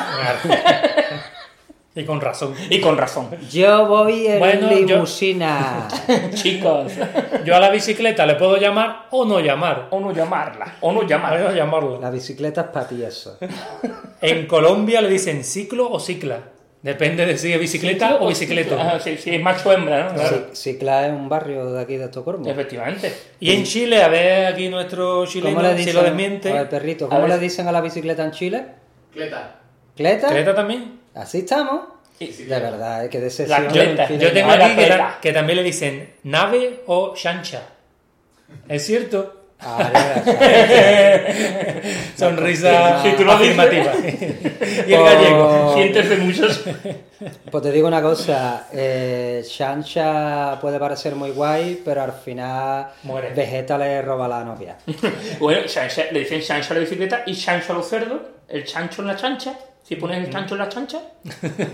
S2: Y con razón.
S3: Y con razón.
S6: Yo voy en
S2: Bueno, yo-
S6: limusina.
S3: [LAUGHS] Chicos,
S2: Yo a la bicicleta le puedo llamar o no llamar.
S3: o no llamarla, o no
S2: Bueno,
S3: llamarla.
S2: llamarla.
S1: [LAUGHS] La bicicleta es para ti eso.
S2: En Colombia le dicen ciclo o cicla. Depende de si es bicicleta o
S3: Ajá,
S2: bicicleta.
S3: Ah, sí, sí, es macho o hembra, ¿no? Claro.
S1: Sí, Cicla es un barrio de aquí de Estocolmo.
S3: Efectivamente.
S2: Y en Chile, a ver aquí nuestro
S1: ¿Cómo
S2: chileno
S1: le
S2: si
S1: dicen,
S2: lo
S1: a ver,
S2: desmiente.
S1: perrito,
S3: A
S1: ¿cómo
S3: ver.
S1: le dicen a la bicicleta en Chile?
S7: Cleta.
S1: ¿Cleta?
S2: ¿Cleta también?
S1: Así estamos.
S3: Sí,
S1: de verdad, es que de sesión.
S3: La cleta.
S1: en fin,
S2: Yo tengo
S3: Ahora
S2: aquí que,
S3: cleta.
S2: ta- que también le dicen nave o chancha. ¿Es cierto?
S1: a ver,
S2: Sonrisa
S3: Si tú lo dices.
S2: [LAUGHS] afirmativa. [LAUGHS] y el gallego.
S3: [LAUGHS]
S1: Oh.
S3: Sientes de muchos.
S1: Pues te digo una cosa, eh, Shansha puede parecer muy guay, pero al final
S2: Muere.
S1: Vegeta le roba la novia.
S3: Bueno, chancha- le dicen chancho a la bicicleta y chancho a los cerdos, el chancho en la chancha. Si pones el chancho en la [LAUGHS] chancha,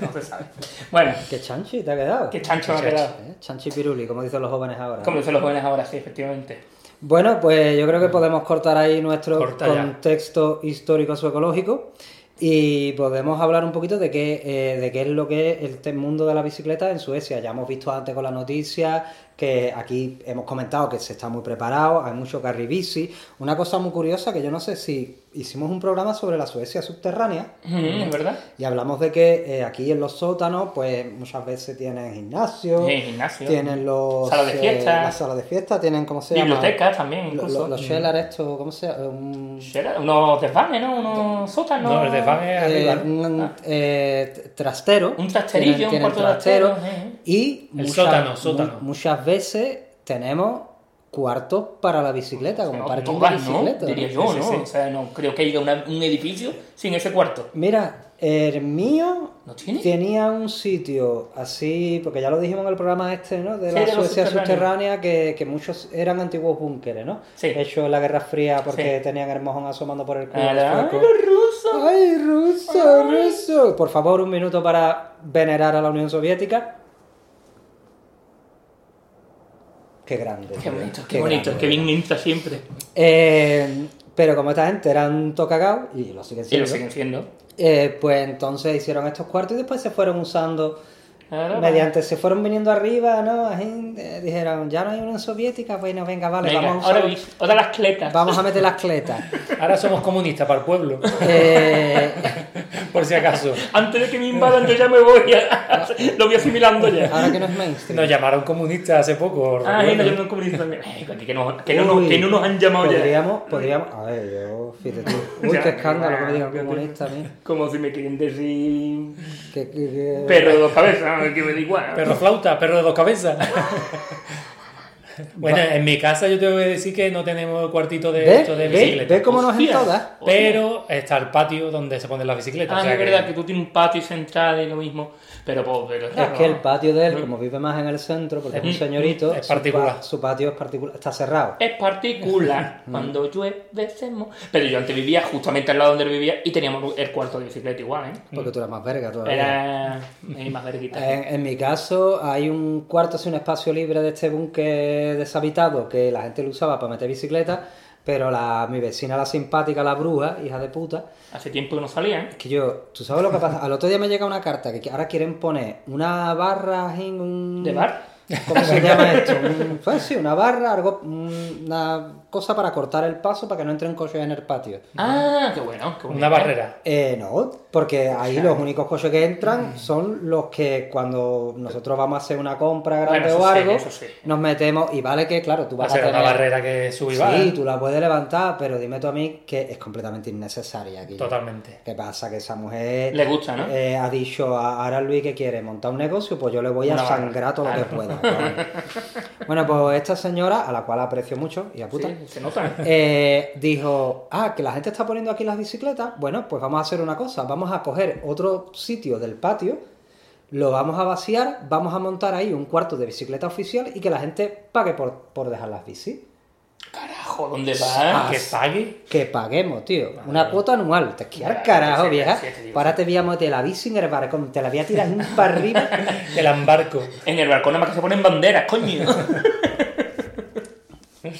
S3: no se sabe. Bueno,
S1: ¿Qué chanchi te ha quedado?
S3: ¿qué chancho me ha quedado?
S1: Eh, Chanchi piruli, como dicen los jóvenes ahora.
S3: Como dicen los jóvenes ahora, sí, efectivamente.
S1: Bueno, pues yo creo que podemos cortar ahí nuestro
S2: Corta ya.
S1: contexto histórico ecológico y podemos hablar un poquito de qué, eh, de qué es lo que es este mundo de la bicicleta en Suecia. Ya hemos visto antes con la noticia que aquí hemos comentado que se está muy preparado, hay mucho carry bici. Una cosa muy curiosa que yo no sé si hicimos un programa sobre la Suecia subterránea.
S3: Ujú, ¿Es verdad?
S1: Y hablamos de que eh, aquí en los sótanos, pues muchas veces tienen gimnasio,
S3: Sí, gimnasio.
S1: tienen los
S3: Sala de fiesta.
S1: la sala de fiesta, tienen como se llama
S3: Bibliotecas también,
S1: Lo- lo-
S3: incluso. Mm.
S1: los Shelar, esto, ¿cómo se llama? Un,
S3: Shela- Unos desvanes, ¿no? Unos sótanos.
S2: No, el desván es
S1: eh,
S2: arriba.
S1: un- un, eh, t- trastero.
S3: Ah. Un trasterillo, un cuarto
S1: trastero.
S3: trastero, eh.
S1: Y
S2: El sótano, sótano.
S1: muchas veces tenemos cuartos para la bicicleta, como
S3: No,
S1: parking
S3: no
S1: de
S3: vas, ¿no?
S1: bicicleta. ¿no?
S3: Diría yo,
S2: Sí,
S3: ¿no?
S2: sí, sí.
S3: O sea, no creo que haya una- un edificio sin ese cuarto.
S1: Mira, el mío
S3: ¿No tiene?
S1: tenía un sitio así, porque ya lo dijimos en el programa este, ¿no? De
S3: Sí,
S1: la
S3: de los
S1: Suecia
S3: subterráneos.
S1: subterránea, que, que muchos eran antiguos búnkeres, ¿no?
S3: Sí.
S1: Hechos en la Guerra Fría porque
S3: Sí.
S1: tenían el mojón asomando por el culo.
S3: Ah,
S1: los suecos.
S3: los rusos!
S1: ¡Ay, ruso, ruso! Por favor, un minuto para venerar a la Unión Soviética. Qué grande.
S3: Qué
S1: tío,
S3: bonito, qué bonito,
S1: grande.
S3: qué bien ninja siempre.
S1: Eh, pero como esta gente eran tocagaos, y lo siguen
S3: Y
S1: siendo,
S3: lo siguen siendo.
S1: eh, pues entonces hicieron estos cuartos y después se fueron usando.
S3: Ahora,
S1: Mediante se fueron viniendo arriba, ¿no? La gente, eh, dijeron, ya no hay Unión Soviética, bueno, venga, vale,
S3: Venga,
S1: vamos, a
S3: ahora,
S1: usar-
S3: vi- ahora las cletas.
S1: vamos a meter las
S3: [LAUGHS]
S1: cletas.
S2: Ahora somos comunistas para el pueblo, [LAUGHS]
S1: Eh,
S2: por si acaso.
S3: Antes de que me invadan, yo ya me
S1: [LAUGHS]
S3: voy. a- [LAUGHS] lo voy asimilando ya.
S1: ahora que no es mainstream.
S2: Nos llamaron comunistas hace poco.
S3: Ah,
S2: recuerdo.
S3: no, yo me comunico también. Ay, Que no, que no,
S1: Uy,
S3: nos- que no nos han llamado ya.
S1: podríamos, Podríamos, a ver, yo, fíjate
S3: [LAUGHS]
S1: tú. Uy,
S3: Ya,
S1: qué escándalo que me digan
S3: fíjate.
S1: comunista a mí.
S3: Como si me quieren decir.
S1: Que- que- que-
S3: Perro de dos cabezas, que me da igual.
S2: Perro flauta, perro de
S1: [LAUGHS]
S2: dos cabezas. bueno, en mi casa yo te voy a decir que no tenemos cuartito de
S1: ¿Ve?
S2: esto de
S1: ¿Ve?
S2: bicicleta.
S1: ¿Ve cómo nos
S3: Hostia.
S1: entoda?
S2: Pero está el patio donde se ponen las bicicletas.
S3: Ah,
S2: o sea
S3: es verdad que tú tienes un patio central y lo mismo. Pero, pues, pero
S1: Es que el patio de él, como vive más en el centro, porque es un señorito,
S2: Es
S1: su pa-
S2: particular.
S1: Su, patio es particular, está cerrado.
S3: es
S2: [LAUGHS]
S3: particular.
S2: Mm.
S3: Cuando llueve, se mo- Pero yo antes vivía justamente al lado donde vivía y teníamos el cuarto de bicicleta igual,
S2: Mm.
S3: ¿eh?
S1: Porque tú eres más verga todavía.
S3: Era. ahí más
S2: Eh.
S3: verguita.
S1: En, en mi caso, hay un cuarto, así, un espacio libre de este búnker deshabitado que la gente lo usaba para meter bicicleta, pero la, mi vecina, la simpática, la bruja, hija de puta,
S3: Hace tiempo que no salía, ¿eh?
S1: que yo, tú sabes lo que pasa, al otro día me llega una carta que ahora quieren poner una barra en un...
S3: ¿De bar?
S1: ¿Cómo se llama esto? Un- pues sí, una barra, algo, mm, una cosa para cortar el paso para que no entren coches en el patio.
S3: Ah, qué bueno. Qué
S2: Mm. Una
S3: bonito.
S2: barrera.
S1: Eh, no, porque ahí los únicos coches que
S3: Mm.
S1: entran son los que cuando nosotros vamos a hacer una compra grande
S3: Bueno, eso
S1: o
S3: sí,
S1: algo,
S3: eso sí.
S1: nos metemos y vale que, claro, tú
S2: Va a
S1: vas a
S2: ser
S1: tener...
S2: una barrera que sube y baja.
S1: Sí, tú la puedes levantar, pero dime tú a mí que es completamente innecesaria aquí.
S2: Totalmente.
S1: ¿Qué pasa? Que esa mujer...
S3: Le gusta, ¿no?
S1: eh, ha dicho a ahora Luis que quiere montar un negocio, pues yo le voy a
S3: Una barra.
S1: sangrar todo lo que
S3: [LAUGHS]
S1: pueda. ¿no? bueno, pues esta señora, a la cual aprecio mucho, y a puta,
S3: Sí, se nota.
S1: eh, dijo, ah, que la gente está poniendo aquí las bicicletas. Bueno, pues vamos a hacer una cosa. Vamos a coger otro sitio del patio, lo vamos a vaciar, vamos a montar ahí un cuarto de bicicleta oficial y que la gente pague por, por dejar las bicis.
S3: Carajo, ¿dónde va?
S2: Que pague.
S1: Que paguemos, tío. Una cuota anual. Te quiero al carajo,
S3: sí,
S1: vieja.
S3: sí, sí, sí.
S1: Ahora te voy a meter la bici en el barcón. Te la voy a tirar un para arriba.
S3: [LAUGHS]
S2: El embarco. [LAUGHS]
S3: En el balcón nada más que se ponen banderas, coño.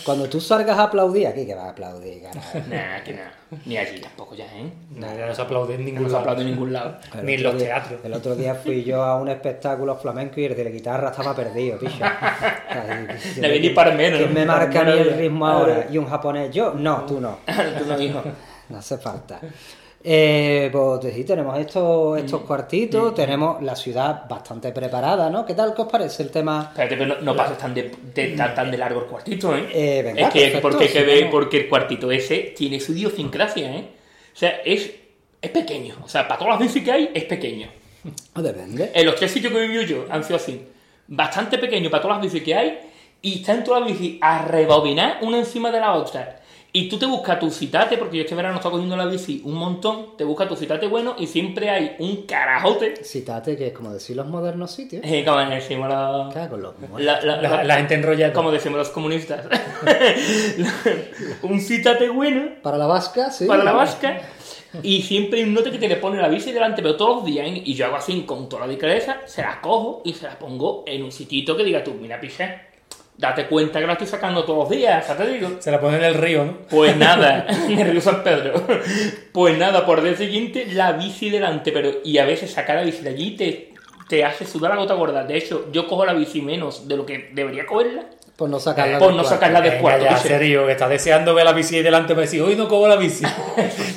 S1: Cuando tú salgas a aplaudir, aquí que vas a aplaudir,
S3: [LAUGHS]
S1: cara.
S3: Nah, que nada. Ni allí tampoco ya, ¿eh?
S2: No, ya no se aplaude en
S3: No
S2: ningún
S3: se
S2: lado.
S3: aplaude en ningún lado.
S1: El
S2: Ni en
S1: otro
S2: los
S1: día-
S2: teatros.
S1: El otro día fui yo a un espectáculo flamenco y el de la guitarra estaba perdido,
S3: [LAUGHS]
S1: picho. Ay,
S3: Le vi ni par menos,
S1: ¿Quién me
S3: ni par
S1: marca a mí el
S3: menos.
S1: ritmo ahora? ¿Y un japonés? Yo, no, tú
S3: [LAUGHS]
S1: no.
S3: Tú
S1: [LAUGHS]
S3: no, hijo.
S1: No hace falta. Eh, pues te- sí, tenemos estos, estos
S3: Mm.
S1: cuartitos, tenemos la ciudad bastante preparada, ¿no? ¿Qué tal que os parece el tema?
S3: Espérate, pero no, no pases tan de, de- tan, tan de largo el cuartito, ¿eh?
S1: Eh, venga,
S3: es que
S1: perfecto,
S3: porque,
S1: sí,
S3: que ve-
S1: vamos.
S3: porque el cuartito ese tiene su idiosincrasia, ¿eh? O sea, es, es pequeño. O sea, para todas las veces que hay, es pequeño. Oh,
S1: Depende.
S3: En los tres sitios que he vivido yo han sido así. Bastante pequeño para todas las bicis que hay. Y están todas las bicis a rebobinar una encima de la otra. Y tú te buscas tu citate, porque yo este verano estoy cogiendo la bici un montón. Te buscas tu citate bueno y siempre hay un carajote.
S1: Citate, que es como decir los modernos sitios.
S3: Eh, [LAUGHS] como decimos los...
S1: Cago en los muertos.
S3: La, la-
S2: La,
S3: la-
S2: la gente enrollada.
S3: como decimos los comunistas. [LAUGHS] un citate bueno
S1: Para la vasca, sí.
S3: para la vasca. Y siempre hay un note que te le pone la bici delante, pero todos los días, ¿eh? y yo hago así con toda la destreza, se la cojo y se la pongo en un sitito que diga tú, mira, picha, date cuenta que la estoy sacando todos los días, ya te digo.
S2: Se la ponen en el río, ¿no?
S3: Pues nada, [LAUGHS] en el río San Pedro. Pues nada, por día siguiente, la bici delante, pero y a veces sacar la bici de allí te, te hace sudar la gota gorda. De hecho, yo cojo la bici menos de lo que debería cogerla,
S1: Por no sacarla.
S3: por
S1: del
S3: no
S1: cuarto.
S3: sacarla del
S2: Venga,
S3: cuarto.
S2: ya,
S3: picha.
S2: serio, que está deseando ver la bici ahí delante. Me decís, hoy no cojo la
S3: [LAUGHS]
S2: bici.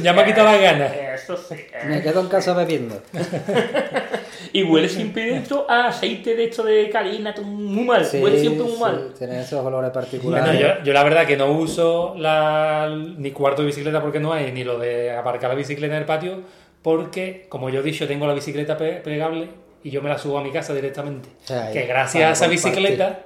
S2: ya me ha quitado las ganas.
S3: Eso sí. eh.
S1: Me quedo en casa
S3: [LAUGHS]
S1: bebiendo.
S3: Y huele siempre de esto a aceite de esto de calina, tú, muy mal,
S1: Sí,
S3: huele siempre muy
S1: sí,
S3: mal.
S1: Tiene esos olores
S2: Bueno,
S1: particulares.
S2: yo, yo la verdad que no uso la, ni cuarto de bicicleta porque no hay, ni lo de aparcar la bicicleta en el patio, porque, como yo he dicho, tengo la bicicleta pe- plegable y yo me la subo a mi casa directamente.
S1: Ahí,
S2: que
S1: para
S2: gracias a esa
S1: compartir.
S2: bicicleta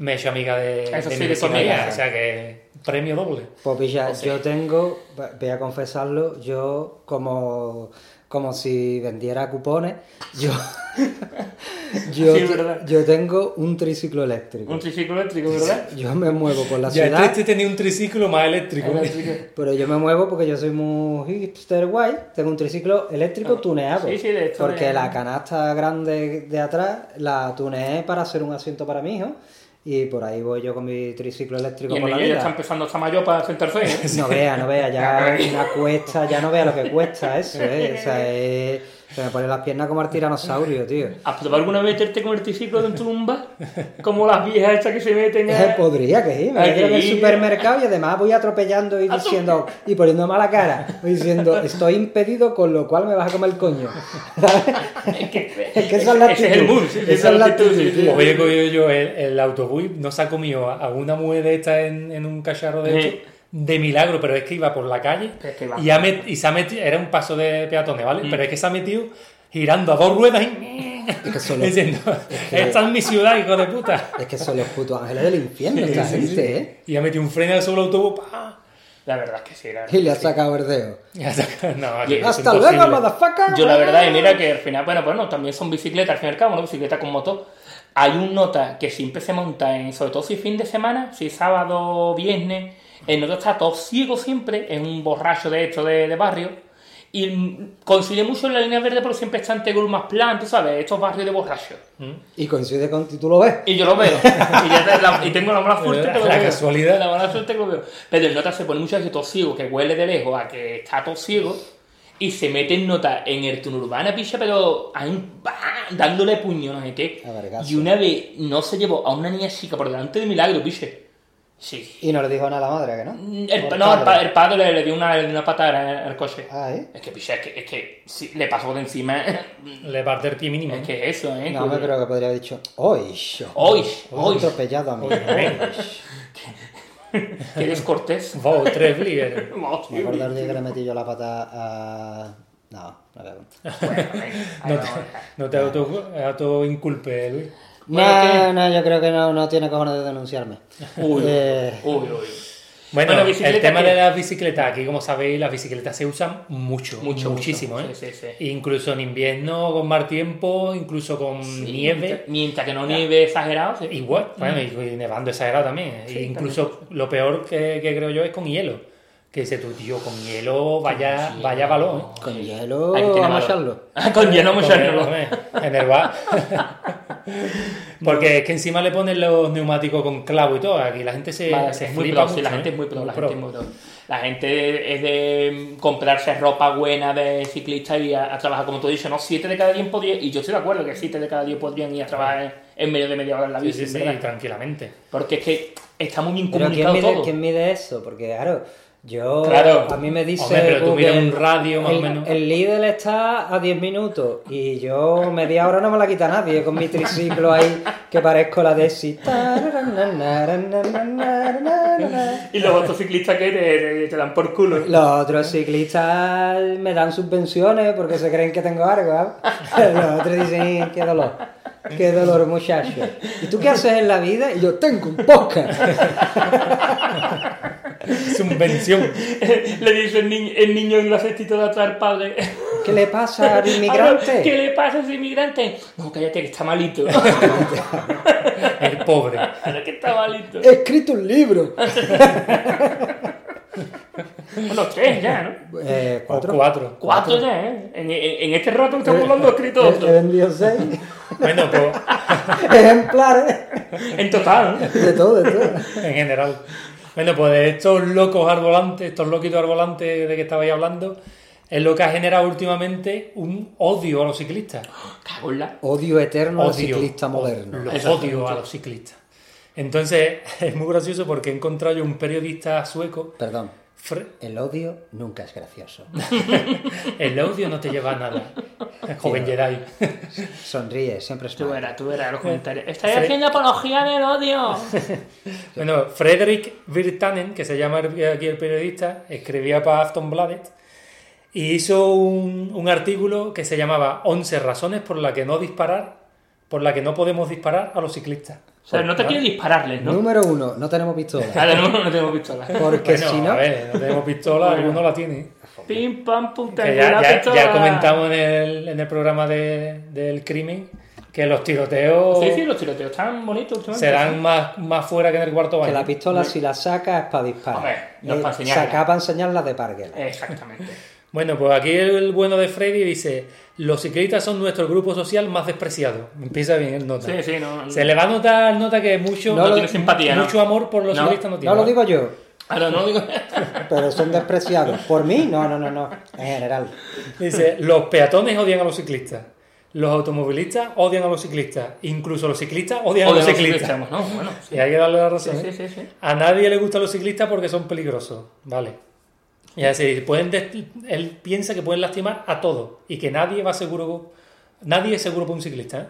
S2: me he hecho amiga de,
S3: Eso
S2: de
S3: sí,
S2: mi
S3: de tu
S2: vecina
S3: amiga.
S2: ya, O sea que premio doble.
S1: Pues pilla,
S3: O sea.
S1: yo tengo, va- voy a confesarlo, yo como, como si vendiera cupones, yo, [LAUGHS] yo,
S3: Sí, ¿verdad?
S1: yo tengo un triciclo eléctrico.
S3: Un triciclo eléctrico, ¿verdad?
S1: Yo me muevo por la
S2: Ya este,
S1: ciudad,
S2: este tenía un triciclo más eléctrico.
S1: pero yo me muevo porque yo soy muy hipster guay. Tengo un triciclo eléctrico
S3: Ah,
S1: tuneado.
S3: sí, sí, de esto
S1: porque
S3: de-
S1: la canasta grande de atrás la tuneé para hacer un asiento para mi hijo. Y por ahí voy yo con mi triciclo eléctrico
S3: Y el
S1: por la
S3: niño ya
S1: vida.
S3: está empezando hasta mayor para sentarse. ¿eh?
S1: [LAUGHS] No vea, no vea,
S3: [LAUGHS]
S1: ya una cuesta, ya no vea lo que cuesta eso, ¿eh? O sea, es- se me ponen las piernas como al tiranosaurio, tío.
S3: ¿Has probado alguna vez meterte con el triciclo dentro de un bar?
S1: [LAUGHS]
S3: Como las viejas estas que se meten a...
S1: Podría que sí, me
S3: Ay,
S1: meto en el
S3: qué guía.
S1: supermercado y además voy atropellando y diciendo, y poniendo mala cara, y diciendo, estoy impedido, con lo cual me vas a comer el coño.
S3: [LAUGHS] Es que,
S1: [LAUGHS] Es que esa es la
S3: ese es el
S1: actitud.
S3: mood. sí, sí,
S1: Esa
S3: esa
S1: es la
S3: sí,
S1: actitud,
S3: sí.
S2: Como he cogido yo el, el autobús, no se ha comido a a una mujer de esta en, en un cacharro de
S3: Sí.
S2: esto, de milagro, pero es que iba por la calle
S3: Pero es que Mm. va.
S2: y, ha met- y se ha metido, era un paso de peatones, ¿vale? Pero es que se ha metido girando a dos ruedas y
S1: que solo-
S2: diciendo,
S1: que-
S2: [LAUGHS] esta es mi ciudad, hijo de puta.
S1: [LAUGHS] Es que son los putos ángeles del infierno,
S2: Sí,
S1: esta
S2: sí, sí.
S1: gente, ¿eh?
S2: Y ha metido un freno sobre el autobús. ¡pa!
S3: La verdad es que sí, la verdad.
S1: Y le ha sacado el dedo.
S2: Y ha sacado- [LAUGHS] no,
S3: Y-
S2: es
S1: ¡Hasta
S2: imposible.
S1: luego, motherfucker!
S3: Yo la verdad, y mira que al final, bueno, bueno, también son bicicletas, al fin y al cabo, ¿no? Bicicleta con motor. Hay un nota que siempre se monta, en, sobre todo si fin de semana, si es sábado, viernes, el nota está todo ciego siempre, es un borracho de esto de, de barrio. Y mm, coincide mucho en la línea verde, pero siempre está ante más plan, tú sabes, estos barrios de borrachos.
S1: Y coincide con tú lo ves.
S3: Y yo lo veo. y, ya te- la- y tengo
S1: [LAUGHS]
S3: la mala suerte que lo
S2: La
S3: veo.
S2: casualidad.
S3: La mala suerte que lo veo. Pero el nota se pone muchas veces tosiego, que huele de lejos a que está tosiego. Y se mete en nota en el túnel urbana, picha, pero ahí, ¡bah! dándole puño, no sé qué.
S1: A vergazo.
S3: Y una vez no se llevó a una niña chica por delante de milagro, picha. Sí.
S1: Y no le dijo nada a la madre, ¿que no?
S3: Mm, El,
S1: Por
S3: no, el, pa-
S1: padre.
S3: el padre le, le dio una, una patada al coche.
S1: Ah, ¿eh?
S3: Es que, picha, es que, es que sí, le pasó por encima. [LAUGHS] es
S2: Le parte el pie mínimo.
S3: que es eso, ¿eh?
S1: No, me creo que podría haber dicho, ¡oy!
S3: Hoy,
S1: Hoy
S3: hoy,
S1: atropellado a mí. [LAUGHS]
S3: que descortés.
S2: Wow, tres eh. blígeros.
S3: [LAUGHS]
S1: Me acuerdo el día que le metí yo la pata a. No, no voy a
S2: [LAUGHS]
S1: contar.
S2: No te, no te auto, autoinculpes, Luis.
S1: No, no, yo creo que no, no tiene cojones de denunciarme.
S3: Uy,
S1: Eh,
S3: uy, uy.
S2: Bueno,
S3: Bueno,
S2: el
S3: bicicleta
S2: tema
S3: que-
S2: de las bicicletas, aquí como sabéis, las bicicletas se usan mucho,
S3: Mucho,
S2: muchísimo,
S3: mucho.
S2: ¿eh?
S3: Sí, sí,
S2: Incluso en invierno, con mal tiempo, incluso con nieve.
S3: Mientras, mientras que no nieve exagerado, sí.
S2: Igual, bueno, y, y nevando exagerado también. E incluso lo peor que, que creo yo es con hielo. Que dice tú, tío, con hielo, vaya,
S3: hielo.
S2: vaya balón. ¿eh?
S1: con hielo,
S3: Ah, Hay que tener
S1: vamos a
S3: [LAUGHS] valor.
S1: echarlo.
S3: Con hielo, vamos
S2: Con
S3: [LAUGHS] a echarlo.
S2: hielo, ¿eh? En el bar. Porque es que encima le ponen los neumáticos con clavo y todo. Aquí la gente se,
S3: Vale,
S2: eh, se
S3: es muy
S2: flipa
S3: pro, sí,
S2: mucho,
S3: la
S2: ¿eh?
S3: gente es muy pro, la
S2: pro.
S3: gente es muy pro. La gente es de comprarse ropa buena de ciclista y a, a trabajar, como tú dices, ¿no? Siete de cada diez podrían, y yo estoy de acuerdo que siete de cada diez podrían ir a trabajar en, en medio de media hora en la
S2: Sí, sí,
S3: bici,
S2: sí,
S3: ¿verdad?
S2: tranquilamente.
S3: Porque es que está muy bien
S6: Pero ¿quién
S3: comunicado
S6: mide,
S3: todo.
S6: quién mide eso? Porque claro, yo
S3: Claro.
S6: a mí me dice
S2: Hombre, pero tú
S6: Google,
S2: miras un radio, más o
S6: el,
S2: menos.
S6: El líder está a 10 minutos y yo media hora no me la quita nadie con mi triciclo ahí que parezco la de
S1: [LAUGHS]
S6: si.
S3: Y los otros ciclistas que te, te- te dan por culo.
S6: Los otros ciclistas me dan subvenciones porque se creen que tengo algo. ¿eh? [LAUGHS] Los otros dicen, qué dolor, qué dolor muchacho. ¿Y tú qué haces en la vida? Y yo tengo un podcast.
S2: Subvención.
S3: [LAUGHS] Le dice el, ni- el niño en la cestita de atrás al padre.
S6: ¿Qué le pasa al
S3: [LAUGHS] Ah, no, ¿Qué
S6: inmigrante?
S3: le pasa a ese inmigrante? No, cállate, que
S2: [LAUGHS]
S3: está malito.
S2: El pobre.
S3: Ahora que está malito.
S1: He escrito un
S3: [LAUGHS]
S1: libro.
S3: Bueno, tres ya, ¿no?
S6: Eh,
S2: O
S6: cuatro. Eh,
S2: cuatro.
S3: Cuatro ya, ¿eh? En, en- en este rato que estamos hablando he escrito
S1: He
S2: Eh,
S1: he
S3: otro.
S1: vendido
S3: [LAUGHS]
S1: seis
S2: Bueno, pues
S1: ejemplares.
S2: eh.
S3: En total, ¿no?
S1: De todo, de todo.
S2: en general. Bueno, pues de estos locos arbolantes, estos loquitos arbolantes de que estabais hablando, es lo que ha generado últimamente un odio a los ciclistas.
S3: Cago en la-
S6: Odio eterno al
S2: odio,
S6: ciclista moderno.
S2: Los
S3: Exactamente.
S2: odio a los ciclistas. Entonces, [LAUGHS] es muy gracioso porque he encontrado yo un periodista sueco.
S6: Perdón.
S2: Fre-
S6: El odio nunca es
S3: [LAUGHS]
S6: gracioso.
S2: El odio no te lleva a nada. [LAUGHS] Joven Jedi.
S6: Sonríe, siempre es
S3: Tú
S6: malo.
S3: verás, tú verás los comentarios. Estáis
S2: Eh, Sí.
S3: haciendo apología del odio.
S2: Bueno, Frederick Virtanen, que se llama el- aquí el periodista, escribía para Aftonbladet y hizo un, un artículo que se llamaba 11 razones por las que no disparar, por las que no podemos disparar a los ciclistas.
S3: O sea, no te quiero dispararles, ¿no?
S6: Número uno, no tenemos pistola.
S3: Claro, no, no
S2: [LAUGHS]
S3: tengo pistola.
S6: Porque
S2: Bueno,
S6: si no,
S2: a ver, no tenemos pistola,
S3: Bueno.
S2: alguno la tiene.
S3: Pim, pam, pum,
S2: Que
S3: tengo
S2: ya,
S3: la
S2: ya-
S3: pistola.
S2: ya comentamos en el, en el programa de- del crimen que los tiroteos
S3: Sí, sí, los tiroteos están bonitos últimamente.
S2: se dan más, más fuera que en el cuarto
S6: que
S2: baño.
S6: la pistola si la saca es para
S3: Hombre,
S6: disparar.
S3: no es pa' Eh,
S6: Eh,
S3: enseñarla.
S6: Saca para enseñarla de parguela.
S2: [LAUGHS]
S3: Exactamente.
S2: Bueno, pues aquí el bueno de Freddy dice: Los ciclistas son nuestro grupo social más despreciado. Empieza bien el nota.
S3: Sí, sí, no.
S2: Se le va a notar, nota que mucho,
S3: No tiene simpatía, ¿no?
S2: mucho amor por los
S3: No,
S2: ciclistas no tiene.
S6: No lo digo yo,
S3: Ahora no digo.
S6: pero son despreciados. Por mí, no, no, no, no. En general.
S2: Dice: Los peatones odian a los ciclistas. Los automovilistas odian a los ciclistas. Incluso los ciclistas odian
S3: [LAUGHS] O
S2: a
S3: de
S2: los
S3: los
S2: ciclistas.
S3: ciclistas, ¿no? Bueno, sí.
S2: Y hay que darle la razón.
S3: Sí,
S2: ¿eh?
S3: sí, sí, sí.
S2: A nadie le gustan los ciclistas porque son peligrosos. Vale. Y así, pueden des- él piensa que pueden lastimar a todos y que nadie va seguro. Nadie es seguro para un ciclista. ¿eh?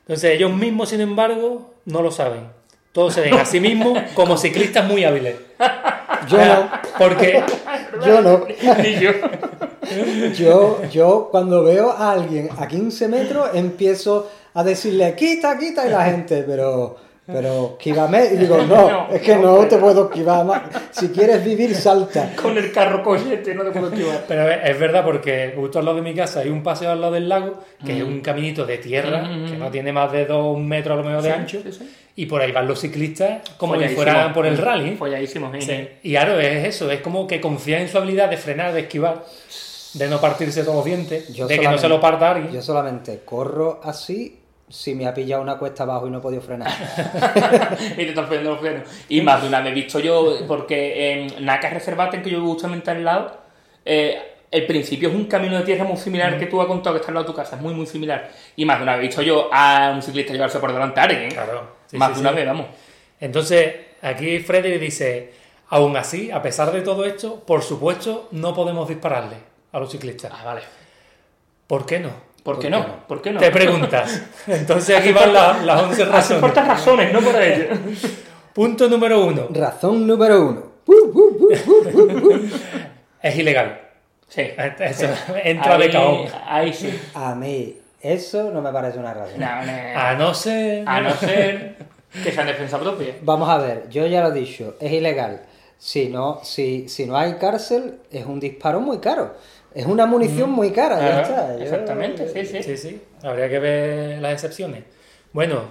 S2: Entonces, ellos mismos, sin embargo, no lo saben. Todos se ven a sí mismos como ciclistas muy hábiles.
S1: Yo no.
S2: Porque
S1: Yo
S3: [LAUGHS]
S1: no.
S3: Y yo.
S1: Yo, yo cuando veo a alguien a 15 metros empiezo a decirle quita, quita y la gente, pero pero esquívame y digo no,
S3: No,
S1: es que no, te puedo esquivar más. Si quieres vivir salta.
S3: Con el carro cochete no te puedo esquivar.
S2: Pero es, es verdad, porque justo al lado de mi casa hay un paseo al lado del lago, que es un caminito de tierra,
S3: Mm, mm,
S2: que
S3: mm.
S2: no tiene más de dos metros a lo mejor de
S3: Sí,
S2: ancho,
S3: sí, sí.
S2: y por ahí van los ciclistas como si
S3: Folladísimo.
S2: fueran por el rally. ¿eh?
S3: Folladísimo, sí.
S2: Sí. Eh, Y claro, es eso, es como que confía en su habilidad de frenar, de esquivar, de no partirse todos los dientes,
S6: Yo
S2: de que no se lo
S6: solamente-
S2: parta alguien.
S6: Yo solamente corro así si me ha pillado una cuesta abajo y no he podido frenar.
S3: [LAUGHS] y te están poniendo los frenos. Y más de una vez he visto yo, porque en Nacas Reservate, en que yo vivo justamente al lado, eh, el principio es un camino de tierra muy similar que tú has contado que está al lado de tu casa, es muy, muy similar. Y más de una vez he visto yo a un ciclista llevarse por delante a alguien. ¿eh?
S2: Claro. Sí,
S3: más
S2: sí,
S3: de una
S2: sí.
S3: vez, vamos.
S2: Entonces, aquí Frederick dice, aún así, a pesar de todo esto, por supuesto, no podemos dispararle a los ciclistas.
S3: Ah, vale.
S2: ¿Por qué no?
S3: ¿Por, qué, no? ¿Por qué no?
S2: Te
S3: [LAUGHS]
S2: preguntas. Entonces aquí van la- las 11
S3: Hacen
S2: razones.
S3: falta razones, no
S2: [LAUGHS]
S3: para ello.
S2: Punto número uno.
S6: Razón número uno. Uh, uh, uh, uh, uh, uh.
S2: Es ilegal.
S3: Sí.
S2: Eso, entra de caón.
S3: Ahí sí.
S6: A mí eso no me parece una razón.
S3: No, no, no.
S2: A no ser...
S3: A no ser que sea en defensa propia.
S6: Vamos a ver, yo ya lo he dicho, es ilegal. Si no, si, si no hay cárcel, es un disparo muy caro. Es una munición muy
S1: Ah,
S6: cara, ya
S3: Claro,
S6: está. Yo-
S3: Mm. Ah, exactamente, sí, sí.
S2: Sí, sí. Habría que ver las excepciones. Bueno,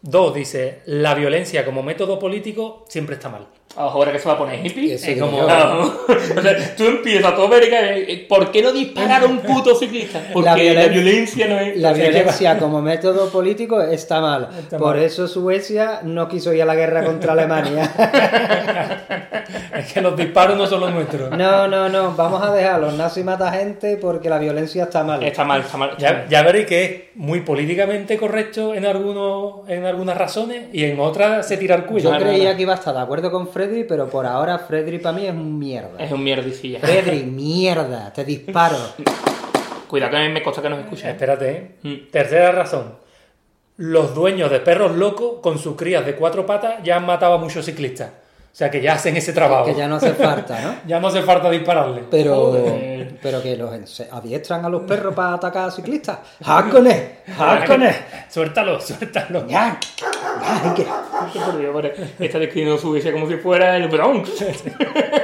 S2: dos dice, la violencia como método político siempre está mal. [LAUGHS]
S3: Ahora que se va a poner hippie.
S8: Eso
S3: Es
S8: digo
S3: como.
S8: yo.
S3: [LAUGHS] o sea, tú empiezas a todo ver que, eh, ¿Por qué no disparar a un puto ciclista? Porque la,
S1: violen-
S3: violencia no es.
S1: La
S3: o sea,
S1: violencia como método político está mal.
S2: Está
S1: Por
S2: mal.
S1: eso Suecia no quiso ir a la guerra
S6: [LAUGHS]
S1: contra Alemania.
S2: Es que los disparos no son los nuestros.
S1: No, no, no. Vamos a dejar a los nazis matar gente porque la violencia está mal.
S3: Está mal, está mal. está
S2: Ya,
S3: mal.
S2: ya veréis que es muy políticamente correcto en, algunos, en algunas razones y en otras se tira el cuello.
S1: Yo
S3: no,
S1: creía
S3: no.
S1: que iba a estar de acuerdo con Freddy, pero por ahora Freddy para mí es un mierda.
S3: Es un mierdicilla.
S1: Freddy, mierda, te
S3: [LAUGHS]
S1: disparo.
S3: Cuidado que a mí me consta que nos escucha. [LAUGHS]
S2: Espérate, ¿eh?
S3: Mm.
S2: Tercera razón. Los dueños de perros locos con sus crías de cuatro patas ya han matado a muchos ciclistas. O sea que ya hacen ese trabajo.
S1: Que ya
S2: ya...
S1: no hace falta, ¿no?
S2: no hace falta dispararle.
S1: Pero,
S3: Joder.
S1: pero que los ense- adiestran a los perros para atacar a ciclistas. ¡Hácone! ¡Hácone!
S2: [LAUGHS] Suéltalo, suéltalo.
S1: ¡Ya! ¡Ya! que-
S3: Por Dios, por Dios. Está describiendo su bici como si fuera
S2: [LAUGHS]
S3: el Bronx. [LAUGHS]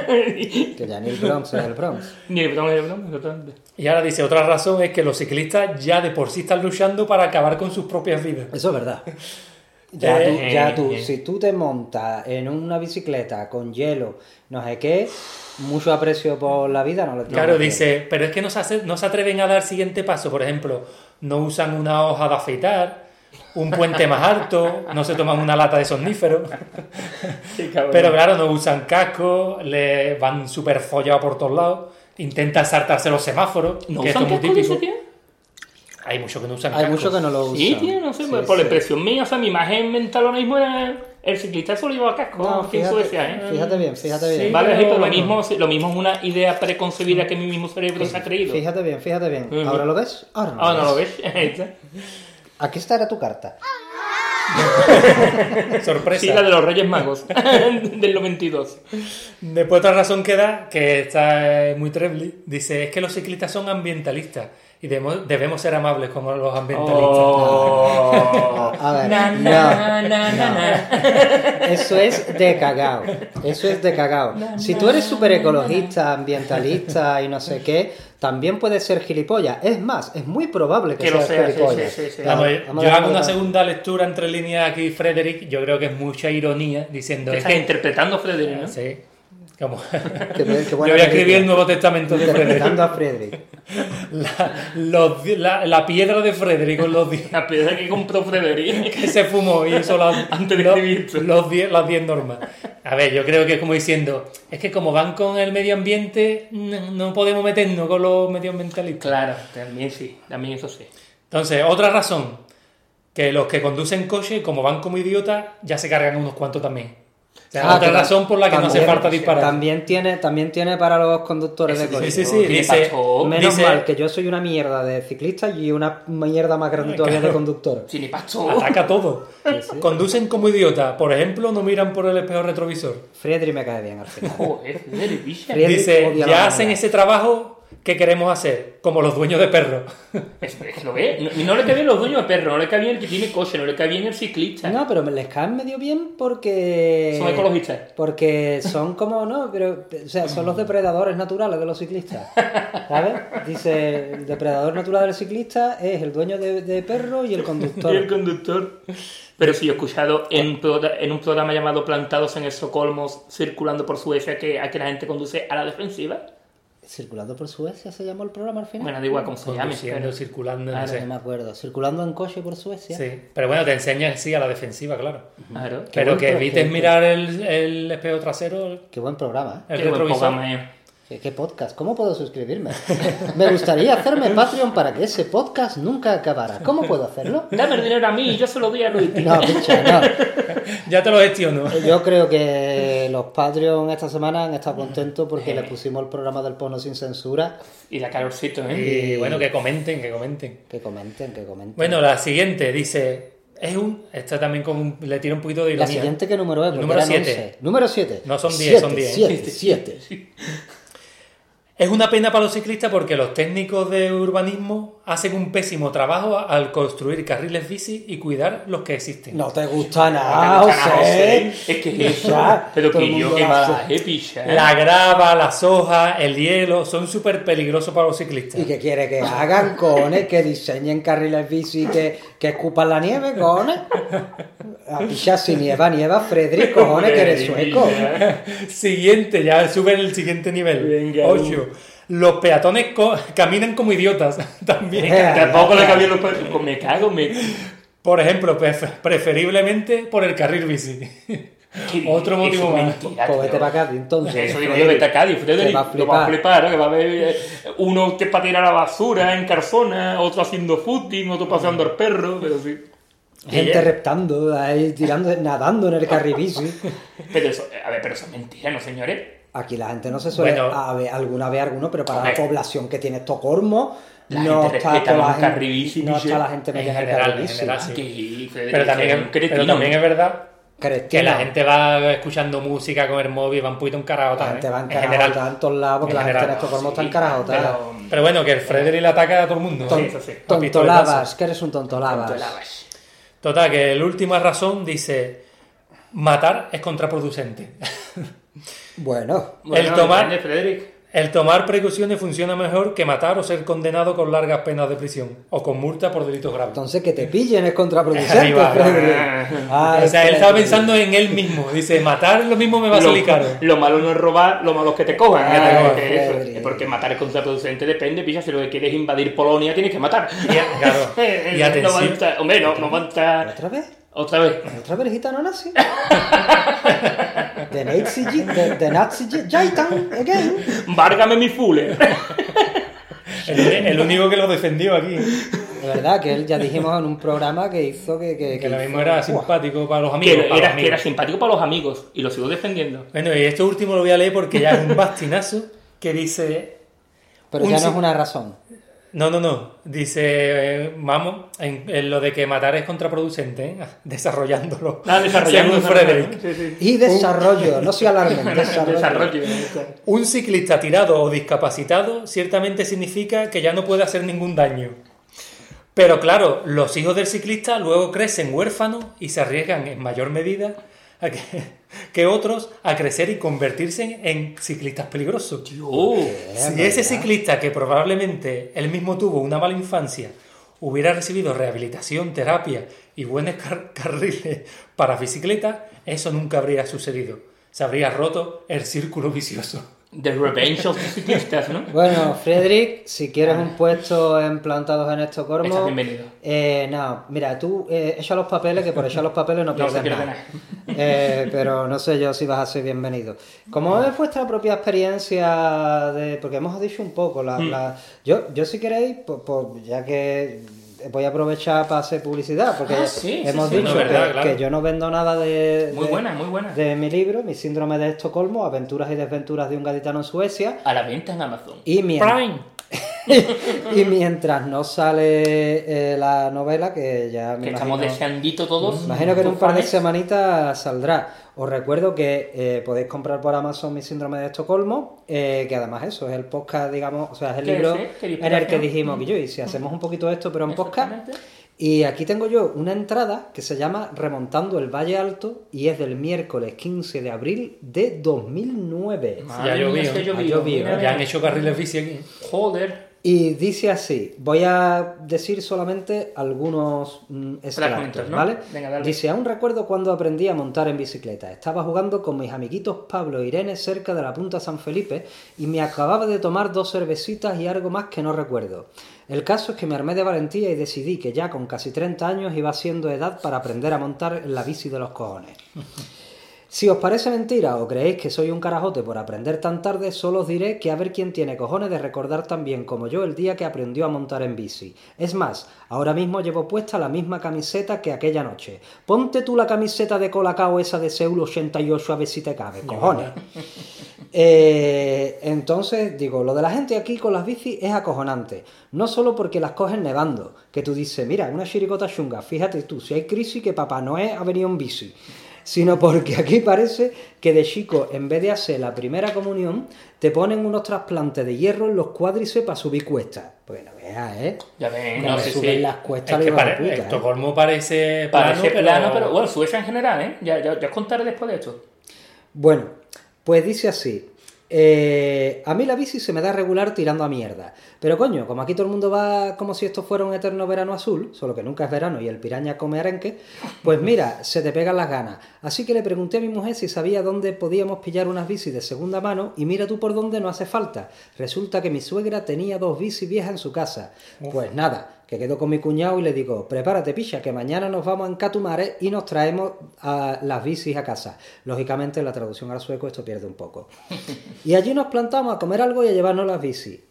S1: Que ya ni el Bronx es el Bronx.
S3: Ni el Bronx, ni el Bronx. totalmente.
S2: Y ahora dice, otra razón es que los ciclistas ya de por sí están luchando para acabar con sus propias vidas.
S1: Eso es verdad. Ya tú,
S3: Eh,
S1: ya tú,
S3: eh.
S1: si tú te montas en una bicicleta con hielo, no sé qué, mucho aprecio por la vida no le tengo.
S2: Claro, dice, pero es que no se, hace- no se atreven a dar siguiente paso. Por ejemplo, no usan una hoja de afeitar, un puente más alto, no se toman una lata de somnífero.
S3: Qué cabrón.
S2: Pero claro, no usan casco, le van súper follados por todos lados, intentan saltarse los semáforos,
S3: ¿No
S2: que esto es
S3: usan
S2: muy
S3: casco,
S2: típico.
S3: dice, tío?
S2: Hay muchos que no usan
S1: Hay
S2: casco.
S1: muchos que no lo usan.
S3: Sí, tío, no sé,
S1: Sí,
S3: por
S1: sí.
S3: la impresión mía, o sea, mi imagen mental ahora mismo es el ciclista solo lleva casco
S1: No,
S3: aquí en
S1: fíjate,
S3: Suecia, ¿eh?
S1: fíjate bien, fíjate bien.
S2: Sí.
S3: Vale, sí, pero lo
S2: bueno.
S3: mismo, lo mismo es una idea preconcebida que mi mismo cerebro se ha creído.
S1: Fíjate bien, fíjate bien.
S3: Ujú.
S1: ¿Ahora lo ves? Ahora no.
S3: Ah, no lo [LAUGHS] ves.
S1: Aquí está era tu carta.
S2: [LAUGHS] Sorpresa.
S3: sí, la de los Reyes Magos [LAUGHS] del 92.
S2: Después otra razón que da, que está eh, muy trebly, dice, es que los ciclistas son ambientalistas y debemos, debemos ser amables como los ambientalistas.
S3: Oh.
S1: A ver.
S3: Na,
S1: no.
S3: na, na, na, na.
S1: Eso es de cagao. Eso es de cagao. Si tú eres súper ecologista, ambientalista y no sé qué, también puedes ser gilipollas. Es más, es muy probable que,
S3: Que lo
S1: seas
S3: sea, sí,
S1: gilipollas.
S3: sí, sí, sí.
S1: Claro,
S2: Vamos,
S1: vamos
S2: yo
S1: a
S2: hago una
S1: ver.
S2: segunda lectura entre líneas aquí, Frederick. Yo creo que es mucha ironía diciendo.
S3: Te
S2: Es
S3: estás
S2: que,
S3: interpretando, Frederick, ¿no?
S2: sí, como- [LAUGHS]
S1: Qué bien, qué
S2: yo voy
S1: buena
S2: a escribir
S1: película.
S2: el Nuevo
S1: [LAUGHS]
S2: Testamento de Frederick.
S1: Interpretando a Friedrich.
S2: La, [LAUGHS] los di- la- la piedra de Frederick con los 10
S3: La piedra que compró Frederick.
S2: [LAUGHS] que se fumó y hizo las,
S3: [LAUGHS] Antes de
S2: los-
S3: escribirse.
S2: los diez- las 10 normas. A ver, yo creo que es como diciendo: es que como van con el medio ambiente, no, no podemos meternos con los medioambientalistas.
S3: Claro, también sí, también eso sí.
S2: Entonces, otra razón: que los que conducen coche, como van como idiotas, ya se cargan unos cuantos también. O sea,
S1: Ah,
S2: otra
S1: que tam-
S2: razón por la que no hace
S1: también-
S2: falta disparar.
S1: También tiene, también tiene para los conductores de coche.
S2: Sí, sí, sí.
S3: Tiene
S2: Dice,
S3: pasto.
S1: Menos
S2: dice,
S1: mal que yo soy una mierda de ciclista y una mierda más grande todavía de conductor.
S3: Tiene pasto.
S2: ataca todo. Conducen como idiota. Por ejemplo, no miran por el espejo retrovisor.
S1: Friedrich me cae bien al final.
S2: [LAUGHS]
S3: Joder, Frederick, bicha.
S1: Friedrich odia
S2: Dice,
S1: la
S2: ya
S1: humanidad.
S2: hacen ese trabajo que queremos hacer, como los dueños de perros.
S3: Es, es que Pues, lo ve. No, y no le cae bien los dueños de perro, no le cae bien el que tiene coche, no le cae bien el ciclista.
S1: No, eh, pero me- les caen medio bien porque.
S3: Son ecologistas.
S1: Porque son como, no, pero. O sea, son los depredadores naturales de los ciclistas. ¿Sabes? Dice: el depredador natural del ciclista es el dueño de, de perro y el
S3: Y el
S1: conductor.
S3: conductor. Pero sí, yo he escuchado en, proda- en un programa llamado Plantados en Estocolmo, circulando por Suecia, que, a que la gente conduce a la defensiva.
S1: Circulando por Suecia se llamó el programa al final.
S3: Bueno, da igual cómo se llame.
S2: [LAUGHS] Conduciendo,
S3: pero-
S2: circulando,
S1: Ahora
S2: no sé.
S1: no me acuerdo. Circulando en coche por Suecia.
S2: Sí. Pero bueno, te enseñan, sí, a la defensiva, claro.
S3: Claro.
S1: Qué
S2: Pero
S1: buen
S2: que
S1: pro-
S2: evites
S1: qué-
S2: mirar el, el espejo trasero,
S1: Qué buen programa, ¿eh?
S2: el
S3: Qué buen
S2: retrovisor.
S3: programa, eh.
S1: Qué, qué podcast. ¿Cómo puedo suscribirme? [LAUGHS] Me gustaría hacerme Patreon para que ese podcast nunca acabara. ¿Cómo puedo hacerlo?
S3: Dame el dinero a mí y yo se lo doy a Luis.
S1: No, picha, no.
S2: Ya te lo gestiono.
S1: Yo creo que los Patreon esta semana han estado contentos porque le pusimos el programa del porno sin censura.
S3: Y la calorcito, ¿eh?
S2: Y bueno, que comenten, que comenten.
S1: Que comenten, que comenten.
S2: Bueno, la siguiente dice, es un... Esta también con, un- le tira un poquito de
S1: la
S2: ironía.
S1: siguiente, ¿qué número es? Porque
S2: Número
S1: eran
S2: siete.
S1: 11. Número 7.
S2: No, son diez, son diez.
S1: 7, 7.
S2: Es una pena para los ciclistas porque los técnicos de urbanismo hacen un pésimo trabajo a- al construir carriles bici y cuidar los que existen.
S1: No te gusta
S3: Ah,
S1: nada,
S3: o sea,
S1: José.
S3: Es que es eso.
S1: Ya,
S3: Pero
S1: todo el
S3: que yo
S1: mundo
S3: que
S1: la
S3: mala,
S1: hace.
S3: eh, picha.
S2: La grava, la soja, el hielo son súper peligrosos para los ciclistas.
S1: ¿Y qué quiere que hagan, cojones? Que diseñen carriles bici, que, que escupan la nieve, cojones. A pichar si nieva, nieva, Frederick, cojones, que eres sueco.
S2: [LAUGHS] Siguiente, ya sube el siguiente nivel.
S3: Venga,
S2: 8. Los peatones co- caminan como idiotas [LAUGHS] también.
S1: Eh.
S3: Tampoco le cabía los perros. Me cago, me.
S2: Por ejemplo, pref- preferiblemente por el carril bici. [LAUGHS] Otro motivo
S3: Eso es
S2: más.
S3: mentira,
S1: Pues vete
S3: tío.
S1: para acá, entonces.
S3: Eso digo yo, vete a Cádiz, usted
S1: Te va a
S3: lo va a
S1: flipar.
S3: flipar, ¿no? que va a haber eh, uno que para tirar a la basura en Carzona, otro haciendo footing, otro paseando al perro, pero sí.
S1: Gente
S3: Ella-
S1: reptando, ahí tirando, nadando en el carribici.
S3: Pero eso, a ver, pero eso es mentira, ¿no, señores?
S1: Aquí la gente no se suele.
S2: Bueno.
S1: a ver, alguna vez alguno, pero para
S3: Hombre.
S1: la población que tiene Estocolmo,
S3: La
S1: no
S3: gente
S1: está,
S3: respeta
S1: toda
S3: más
S1: la gente,
S3: el carribici,
S1: no
S3: Michel.
S1: está la gente
S2: En
S1: metida en el
S2: general, en
S1: carribici.
S2: general. Ah, sí.
S3: Que Frederick
S2: Pero
S3: es
S2: también,
S3: un cretino.
S2: pero también es verdad
S1: Cretino.
S2: que la gente va escuchando música con el móvil, va un poquito encarajota.
S1: La gente
S2: ¿eh?
S1: va
S2: En general.
S1: encarajotada en todos lados porque
S2: En
S1: la gente en
S2: general,
S1: Estocolmo está
S3: Sí,
S1: encarajotada.
S3: pero-
S2: Pero bueno, que el Frederick le ataca a todo el mundo.
S3: Ton-
S2: ¿eh?
S3: eso sí.
S2: A
S1: Tontolabas,
S2: pistoletazo.
S1: que eres un tontolabas.
S3: Lavas.
S2: Total, que la última razón dice: matar es contraproducente. [LAUGHS]
S1: Bueno,
S3: Bueno,
S2: El tomar-
S3: grande, Frederick.
S2: El tomar precauciones funciona mejor que matar o ser condenado con largas penas de prisión o con multa por delitos graves.
S1: entonces que te pillen es contraproducente.
S2: [LAUGHS] Ahí va.
S1: Frederick. Ah,
S2: o sea,
S1: espera.
S2: él estaba pensando en él mismo. Dice, matar lo mismo me va a salir
S3: [LAUGHS]
S2: caro.
S3: Lo, lo malo no es robar, lo malo es que te cojan.
S1: Ah,
S3: ¿eh?
S1: bueno,
S3: Porque eso-
S1: Frederick.
S3: porque matar es contraproducente, depende, pilla, si lo que quieres es invadir Polonia, tienes que matar.
S2: claro.
S3: [LAUGHS] Eh, eh,
S2: Y
S3: no
S2: atención.
S3: va a estar- hombre, no, no va a estar-
S1: ¿Otra vez?
S3: Otra vez.
S1: ¿Otra vez el gitano nazi? The Nazi, the, the Nazi Jaitan again.
S3: Várgame
S1: [LAUGHS]
S3: mi fule.
S2: El, el único que lo defendió aquí.
S1: De verdad que él ya dijimos en un programa que hizo que... Que,
S2: Que
S1: que
S2: lo mismo
S1: hizo-
S2: era
S1: Buah.
S2: simpático para los amigos.
S3: que,
S2: para los
S3: era, que
S2: amigos.
S3: era simpático para los amigos y lo sigo defendiendo.
S2: Bueno, y esto último lo voy a leer porque ya es [LAUGHS] un bastinazo que dice
S1: Pero
S2: Un
S1: ya no
S2: sí-
S1: es una razón.
S2: No, no, no. Dice, eh, vamos, en, en lo de que matar es contraproducente, ¿eh? [LAUGHS] desarrollándolo.
S3: Ah, desarrollando
S2: Según Frederick.
S3: Sí, sí.
S1: Y desarrollo, no se
S2: [LAUGHS]
S1: alarmen, [LAUGHS] desarrollo.
S3: Desarrollo.
S2: Un ciclista tirado o discapacitado ciertamente significa que ya no puede hacer ningún daño. Pero claro, los hijos del ciclista luego crecen huérfanos y se arriesgan en mayor medida a que, [LAUGHS] que otros a crecer y convertirse en ciclistas peligrosos.
S1: [LAUGHS]
S3: Oh,
S2: Si ese ciclista que probablemente él mismo tuvo una mala infancia hubiera recibido rehabilitación, terapia y buenos car- [LAUGHS] carriles para bicicleta, eso nunca habría sucedido. Se habría roto el círculo vicioso.
S3: The Revenge of the Ciclistas, ¿no?
S1: Bueno, Frederick, si quieres un puesto en Plantados en
S3: Estás
S1: Estocolmo...
S3: bienvenido.
S1: Eh, no, mira, tú eh, echa los papeles, que por echar los papeles no
S3: [LAUGHS] No
S1: pierdes
S3: se pierde
S1: nada.
S3: nada.
S1: [LAUGHS] Eh, pero no sé yo si vas a ser bienvenido. Como es vuestra propia experiencia de... Porque hemos dicho un poco, la,
S3: Mm.
S1: la- Yo, yo si queréis, po- po- ya que voy a aprovechar para hacer publicidad, porque
S3: Ah, sí, sí,
S1: hemos
S3: sí,
S1: dicho
S2: no, verdad,
S1: que,
S2: claro.
S1: que yo no vendo nada de...
S3: Muy
S1: de-
S3: buena, muy buena.
S1: De mi libro, Mi síndrome de Estocolmo, Aventuras y desventuras de un gaditano en Suecia.
S3: A la venta en Amazon.
S1: Y mi [LAUGHS] y mientras no sale eh, la novela, que ya me
S3: Que estamos
S1: imagino-
S3: deseandito todos.
S1: Imagino que en un
S3: Tus
S1: par de
S3: fans.
S1: semanitas saldrá. Os recuerdo que eh, podéis comprar por Amazon Mi Síndrome de Estocolmo, eh, que además eso es el podcast, digamos, o sea, es el
S3: Que
S1: libro
S3: sí, que
S1: en el que
S3: disfrutación.
S1: dijimos que yo, y si hacemos un poquito de esto, pero en podcast.
S3: Exactamente.
S1: Y aquí tengo yo una entrada que se llama Remontando el Valle Alto y es del miércoles 15 de abril de 2009.
S2: Ya
S3: Madre
S2: llovió. ¿eh?
S3: mía, se
S2: Ha
S3: llovido.
S1: llovido.
S3: Mira,
S2: Ya han hecho carriles bici aquí.
S3: Joder.
S1: Y dice así, voy a decir solamente algunos mm, extractos,
S3: ¿no?
S1: ¿vale?
S3: Venga, dale.
S1: dice, aún recuerdo cuando aprendí a montar en bicicleta. Estaba jugando con mis amiguitos Pablo e Irene cerca de la Punta San Felipe y me acababa de tomar dos cervecitas y algo más que no recuerdo. El caso es que me armé de valentía y decidí que ya con casi 30 años iba siendo edad para aprender a montar en la bici de los cojones. Si os parece mentira o creéis que soy un carajote por aprender tan tarde, solo os diré que a ver quién tiene cojones de recordar tan bien como yo el día que aprendió a montar en bici. Es más, ahora mismo llevo puesta la misma camiseta que aquella noche. Ponte tú la camiseta de Colacao esa de Seúl 88 a ver si te cabe, cojones. Eh, entonces, digo, lo de la gente aquí con las bicis es acojonante. No solo porque las cogen nevando, que tú dices, mira, una chiricota chunga, fíjate tú, si hay crisis que Papá Noé ha venido en bici. Sino porque aquí parece que de chico, en vez de hacer la primera comunión, te ponen unos trasplantes de hierro en los cuádriceps para subir cuestas. Bueno, vea, ¿eh?
S3: Ya ven,
S1: Cuando
S3: no sé
S1: suben
S3: si.
S1: las
S2: Es
S1: cuestas,
S2: que
S1: lo hijo de
S2: pare-
S1: puta, ¿eh?
S2: Estocolmo parece plano,
S3: Parece
S2: pero...
S3: plano, pero bueno, Suecia en general, ¿eh? Ya, ya, ya os contaré después de esto.
S1: Bueno, pues dice así. Eh, a mí la bici se me da regular tirando a mierda. Pero coño, como aquí todo el mundo va como si esto fuera un eterno verano azul, solo que nunca es verano y el piraña come arenque, pues mira, se te pegan las ganas. Así que le pregunté a mi mujer si sabía dónde podíamos pillar unas bicis de segunda mano y mira tú por dónde no hace falta. Resulta que mi suegra tenía dos bicis viejas en su casa. Pues nada, que quedo con mi cuñado y le digo, prepárate picha, que mañana nos vamos a Encatumare y nos traemos a las bicis a casa. Lógicamente en la traducción al sueco esto pierde un poco. Y allí nos plantamos a comer algo y a llevarnos las bicis.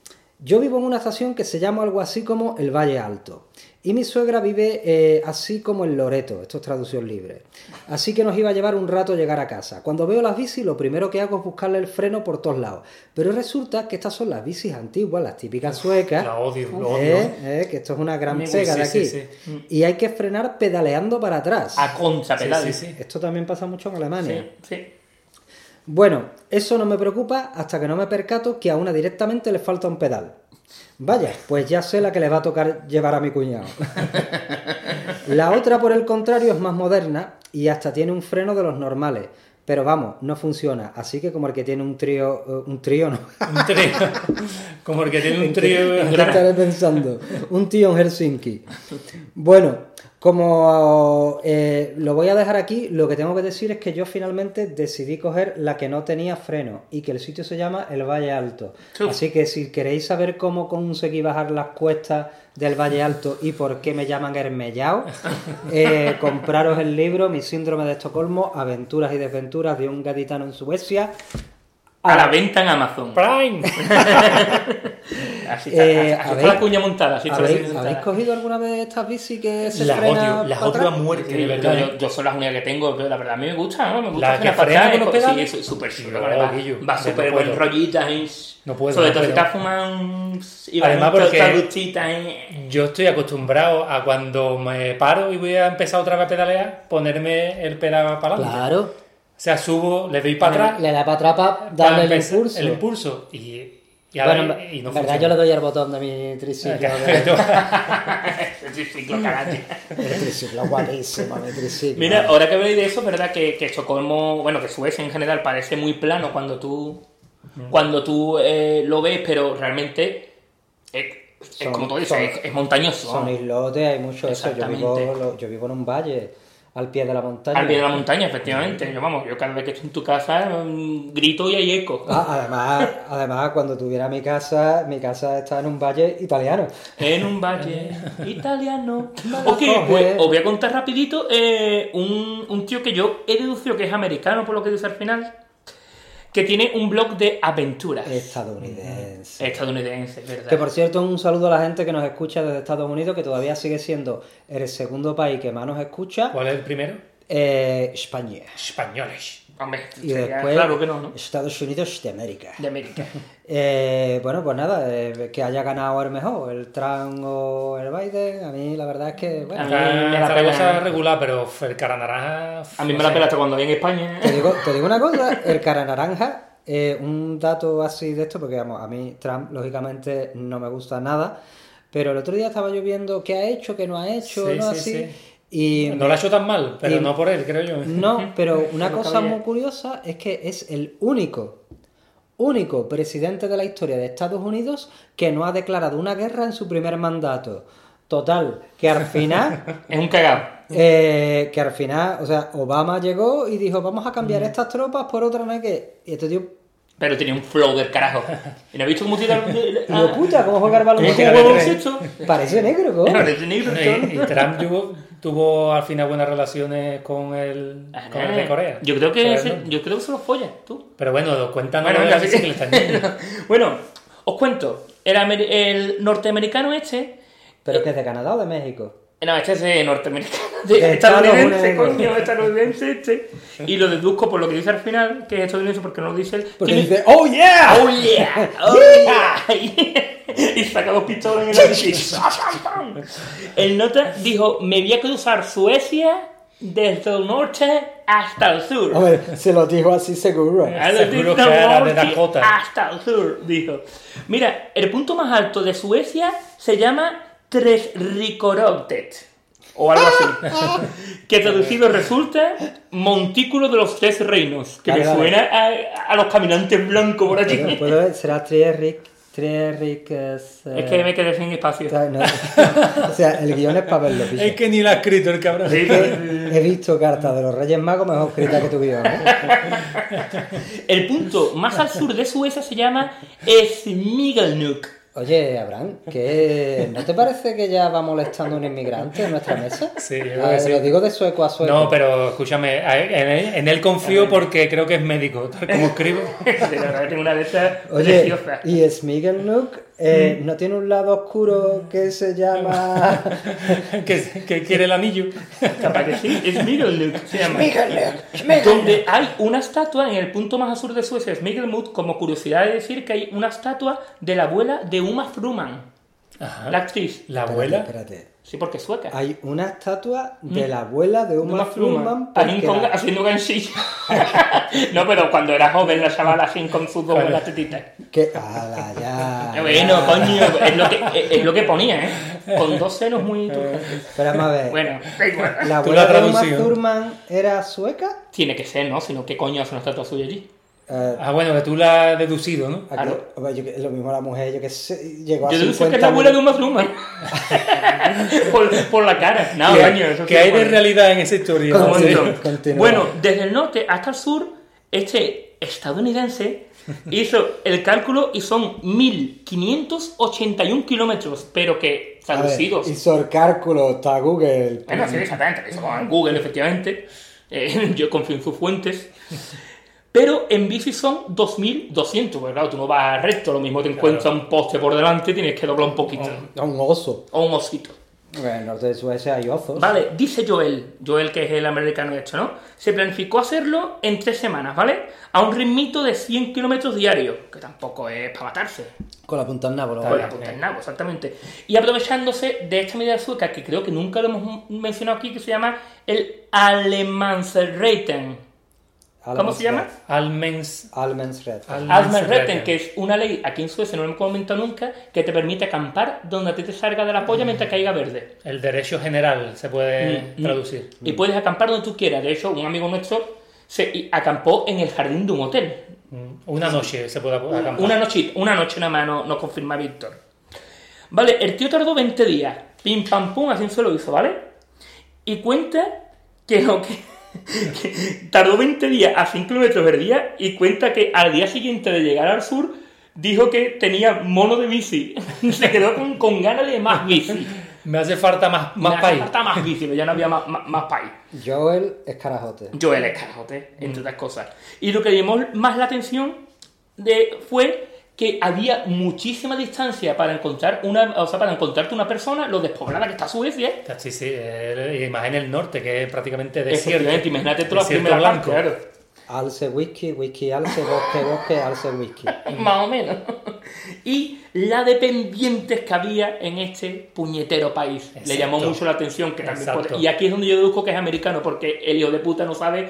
S1: Yo vivo en una estación que se llama algo así como el Valle Alto. Y mi suegra vive eh, así como en Loreto, esto es traducción libre. Así que nos iba a llevar un rato llegar a casa. Cuando veo las bicis, lo primero que hago es buscarle el freno por todos lados. Pero resulta que estas son las bicis antiguas, las típicas suecas.
S2: La odio, lo odio.
S1: Eh, eh, que esto es una gran
S2: Uy,
S1: pega de
S2: sí,
S1: aquí.
S2: sí, Ah,
S1: Y hay que frenar pedaleando para atrás.
S3: A contrapedales.
S2: Sí, sí, sí.
S1: Esto también pasa mucho en Alemania.
S3: Sí, sí.
S1: Bueno, eso no me preocupa hasta que no me percato que a una directamente le falta un pedal. Vaya, pues ya sé la que le va a tocar llevar a mi
S2: [LAUGHS]
S1: cuñado. la otra, por el contrario, es más moderna y hasta tiene un freno de los normales. Pero vamos, no funciona. Así que como el que tiene un trío... eh, un trío no.
S2: Un trío. [LAUGHS] Como el que tiene
S1: [LAUGHS]
S2: un trío.
S1: ¿En qué estaré pensando? Un tío en Helsinki. Bueno, como eh, lo voy a dejar aquí, lo que tengo que decir es que yo finalmente decidí coger la que no tenía freno y que el sitio se llama el Valle Alto.
S3: Uf.
S1: Así que si queréis saber cómo conseguí bajar las cuestas del Valle Alto y por qué me llaman
S3: [LAUGHS]
S1: Hermellao, eh, compraros el libro Mi síndrome de Estocolmo, aventuras y desventuras de un gaditano en Suecia.
S3: A la venta en Amazon.
S2: Prime.
S3: [LAUGHS] Así está,
S1: Eh,
S3: así está
S1: habéis-
S3: la cuña montada. Así está la
S1: ¿Habéis,
S3: cuña montada.
S1: habéis cogido alguna vez estas bici que se
S2: Las
S1: frenan
S2: odio, las
S1: para
S2: odio a
S1: atrás?
S2: muerte,
S3: Sí,
S2: de
S3: yo-
S2: verdad.
S3: yo, yo son las únicas que tengo, pero la verdad a mí me gusta, ¿no? Me gusta
S2: La
S3: hacer
S2: que
S3: las patadas
S2: frena con los
S3: co-
S2: pedales.
S3: Sí, es súper chulo,
S2: No,
S3: la verdad.
S2: Guillo,
S3: Va
S2: no
S3: súper
S2: puedo.
S3: buen rollita. ¿eh?
S2: No puedo,
S3: Sobre
S2: no
S3: todo si
S2: puedo.
S3: estás fumando un... y
S2: Además,
S3: vas
S2: porque-
S3: otra duchita, ¿eh?
S2: Yo estoy acostumbrado a cuando me paro y voy a empezar otra vez a pedalear, ponerme el pedal para adelante.
S1: Claro.
S2: O sea, subo, le doy para atrás.
S1: Le da para atrás para
S2: para
S1: darle el
S2: empezar-
S1: impulso.
S2: El impulso. Y, y, a
S1: Bueno,
S2: ver,
S1: en
S2: y no
S1: verdad
S2: funciona.
S1: yo le doy al botón de mi triciclo. de-
S3: [LAUGHS] Sí,
S2: [LAUGHS]
S3: sí, lo cagaste.
S1: el triciclo guapísimo, mi triciclo.
S3: Mira, ahora que habéis de eso, ¿verdad? Que, que Estocolmo, bueno, que Suecia en general parece muy plano cuando tú,
S1: Mm.
S3: cuando tú eh, lo ves, pero realmente es, es
S1: Son-
S3: como tú dices,
S1: son-
S3: es, es montañoso.
S1: son islotes, hay mucho de eso. Yo vivo,
S3: Exactamente.
S1: lo- yo vivo en un valle, al pie de la montaña.
S3: Al pie de la montaña, efectivamente. Yo, vamos, yo cada vez que estoy en tu casa mm, grito y hay eco.
S1: Ah, además, además, cuando tuviera mi casa, mi casa está en un valle italiano.
S3: En
S1: [LAUGHS]
S3: un valle italiano.
S1: la
S3: Ok,
S1: coges.
S3: pues os voy a contar rapidito eh, un, un tío que yo he deducido que es americano, por lo que dice al final, que tiene un blog de aventuras.
S1: Estadounidense.
S3: Estadounidense, ¿verdad?
S1: Que por cierto, un saludo a la gente que nos escucha desde Estados Unidos, que todavía sigue siendo el segundo país que más nos escucha,
S2: ¿Cuál es el primero?
S1: eh, España.
S2: Españoles.
S3: Hombre,
S1: Y
S3: sería-
S1: después,
S3: claro que no, ¿no?
S1: Estados Unidos de América.
S3: De América.
S1: Eh, bueno, pues nada, eh, que haya ganado el mejor, el Trump o el Biden, a mí la verdad es que,
S3: Mm, A
S1: bueno,
S3: mí me la
S2: Esta
S3: pela.
S2: cosa regular, pero f- el cara naranja. f-
S3: A mí
S2: no
S3: me la
S2: sé.
S3: pela hasta cuando voy en España. ¿eh?
S1: te digo, te digo una cosa, el cara naranja, eh, un dato así de esto, porque vamos, a mí Trump lógicamente no me gusta nada, pero el otro día estaba yo viendo qué ha hecho, qué no ha hecho,
S2: Sí,
S1: ¿no?
S2: sí,
S1: así,
S2: sí.
S1: y
S2: No la ha hecho tan mal, pero
S1: Y-
S2: no por él, creo yo.
S1: No, pero una
S3: No
S1: cosa
S3: cabía.
S1: muy curiosa es que es el único, único presidente de la historia de Estados Unidos que no ha declarado una guerra en su primer mandato. Total, que al
S3: [LAUGHS]
S1: final,
S3: Es un cagado.
S1: eh, que al final, o sea, Obama llegó y dijo, vamos a cambiar estas tropas por otra, no hay que... Y este tío,
S3: Pero tenía un flow del carajo. ¿Y no has visto cómo tira el...
S1: y
S3: [LAUGHS]
S1: yo, puta, ¿cómo juega al
S3: ¿Cómo
S1: baloncesto?
S3: tira el baloncesto?
S1: Parece negro, ¿cómo?
S3: Era de este
S2: [LAUGHS]
S3: negro,
S2: No,
S3: todo.
S2: Y, y Trump tuvo, tuvo al final buenas relaciones con el, con el de Corea.
S3: Ah, Eh, Yo creo que,
S2: Pero
S3: ese-
S2: no.
S3: yo creo que se lo follas, tú.
S2: Pero bueno, cuéntanos
S3: Bueno,
S2: de
S3: venga,
S2: la
S3: sí. [LAUGHS]
S2: bicicleta.
S3: bueno, os cuento. El, amer- el norteamericano este...
S1: Pero que es de Canadá o de México.
S3: No, este es de norteamericano. [LAUGHS] de
S1: De
S3: estadounidense,
S1: Estados Unidos.
S3: coño, estadounidense este. Y lo deduzco por lo que dice al final, que es estadounidense porque no lo dice él.
S1: Porque
S3: Tiene-
S1: dice, ¡Oh, yeah! [LAUGHS]
S3: ¡Oh, yeah! ¡Oh, yeah! [LAUGHS] y saca dos pistolas en el aire. El nota dijo, me voy a cruzar Suecia desde el norte hasta el sur.
S1: A ver, se lo dijo así seguro.
S3: [LAUGHS] Ah, desde
S2: Seguro
S3: el
S2: que era de
S3: norte
S2: Dakota.
S3: Hasta el sur, dijo. Mira, el punto más alto de Suecia se llama Tres o algo así. que traducido resulta Montículo de los Tres Reinos, que
S1: Vale,
S3: me
S1: vale.
S3: suena a, a los caminantes blancos por allí.
S1: ¿Puedo, puedo- será Trieric, Trieric es... eh,
S3: Es que me quedé sin espacio.
S1: o sea, no- o sea, el guión es para verlo, picha.
S2: Es que ni la ha escrito el cabrón.
S3: Sí,
S1: He he visto cartas de los Reyes Magos mejor escritas que tu guión, ¿eh?
S3: El punto más al sur de Suecia se llama [LAUGHS] Smigelnuk.
S1: Oye, Abraham, ¿qué, ¿no te parece que ya va molestando un inmigrante en nuestra mesa?
S2: Sí, yo creo
S1: Ah,
S2: que sí.
S1: Lo digo de sueco a sueco.
S2: No, pero escúchame, a él- en él, en él confío porque creo que es médico, tal como escribo.
S3: De verdad, tengo una de esas [LAUGHS]
S1: Oye,
S3: preciosas.
S1: y Smigelnuk
S2: Mm.
S1: eh, no tiene un lado oscuro que se llama...
S2: [LAUGHS] que, que quiere el
S3: [LAUGHS]
S2: anillo.
S3: Capaz que sí, es Smigelnuk se llama. Donde hay una estatua en el punto más al sur de Suecia, Smigelnuk, como curiosidad de decir que hay una estatua de la abuela de Uma Thurman,
S2: Ajá.
S3: la actriz.
S2: La abuela.
S1: Espérate, espérate.
S3: Sí, porque es sueca.
S1: Hay una estatua
S2: Mm.
S1: de la abuela de Uma, Thurman. porque
S3: Ahí en Conga-
S1: la-
S3: haciendo ganchillo. [LAUGHS] no, pero cuando era joven la llamaba así con fútbol con las tetitas.
S1: que- ala, ya, ya.
S3: Bueno, coño, es lo, que, es- es lo que ponía, ¿eh? Con dos senos
S2: [LAUGHS]
S3: muy turgentes.
S1: Pero vamos a ver.
S3: Bueno, da igual.
S1: la
S2: Tú
S1: abuela
S2: la has
S1: de Uma
S2: traducido.
S1: Thurman era sueca.
S3: Tiene que ser, ¿no? Sino, ¿qué coño hace una estatua suya allí?
S1: Eh,
S2: Ah, bueno, que tú la has deducido, ¿no?
S1: aquí-
S3: Claro.
S1: hombre, Ah, yo que- lo mismo la mujer, yo que sé, llegó a
S3: ah, Yo deduce
S1: 50
S3: que es la abuela de
S1: mil- [LAUGHS]
S3: un Thurman. por, por la cara. No,
S2: que,
S3: Ah, coño, eso sí
S2: que hay de
S3: es bueno.
S2: realidad en esa historia.
S3: Un
S1: Continúa,
S3: montón.
S1: continúa.
S3: Bueno, desde el norte hasta el sur, este estadounidense hizo el cálculo y son 1581 kilómetros, pero que
S1: A ver,
S3: traducidos.
S1: Hizo el cálculo, está Google.
S3: Bueno, sí, exactamente, lo hizo con Google, efectivamente. Eh, [LAUGHS] yo confío en sus fuentes. Pero en bici son 2200, porque claro, tú no vas recto, lo mismo te encuentras un poste por delante, tienes que doblar un poquito.
S1: A un oso.
S3: O un osito.
S1: Bueno, en el norte de Suecia hay osos.
S3: Pues Vale, dice Joel, Joel que es el americano hecho, ¿no? Se planificó hacerlo en tres semanas, ¿vale? A un ritmito de 100 kilómetros diarios, que tampoco es para matarse,
S1: Con la punta del nabo, lo
S3: con
S1: vale.
S3: la punta del nabo, exactamente. Y aprovechándose de esta medida sueca, que creo que nunca lo hemos mencionado aquí, que se llama el Alemansreiten. ¿Cómo se llama?
S2: Almens.
S1: Almensred.
S3: Alemansreiten, que es una ley aquí en Suecia, no lo hemos comentado nunca, que te permite acampar donde a ti te salga de la polla mientras caiga verde.
S2: El derecho general se puede
S3: Mm, mm.
S2: traducir.
S3: Y puedes acampar donde tú quieras. De hecho, un amigo nuestro se y- acampó en el jardín de un hotel.
S2: Mm, Una noche se puede acampar.
S3: Una noche, una noche nada más, no, no confirma Víctor. Vale, el tío tardó 20 días. Pim, pam, pum, así se lo hizo, ¿vale? Y cuenta que, lo que- [LAUGHS] que tardó 20 días a 5 kilómetros del día y cuenta que al día siguiente de llegar al sur dijo que tenía mono de bici. [LAUGHS] se quedó con, con ganas de más bici.
S2: Me hace falta más,
S3: Me
S2: más
S3: hace
S2: país.
S3: falta más bici, pero ya no había más, más, más país.
S1: Joel Escarajote.
S3: Joel Escarajote,
S2: Mm.
S3: entre otras cosas. Y lo que llamó más la atención de, fue que había muchísima distancia para encontrar una, o sea, para encontrarte una persona, lo despoblada que está Suecia.
S2: Sí, sí, el- y más en el norte, que es prácticamente
S3: Efectivamente,
S2: desierto.
S3: Imagínate tú la
S2: Desierto
S3: primera
S2: blanco.
S3: parte, claro.
S1: Alce whisky, whisky alce, bosque, bosque, alce whisky.
S2: Mm.
S3: [LAUGHS] Más o menos. Y la dependientes que había en este puñetero país. Le
S2: Exacto.
S3: llamó mucho la atención. Que también
S2: Exacto.
S3: puede- Y aquí es donde yo deduzco que es americano, porque el hijo de puta no sabe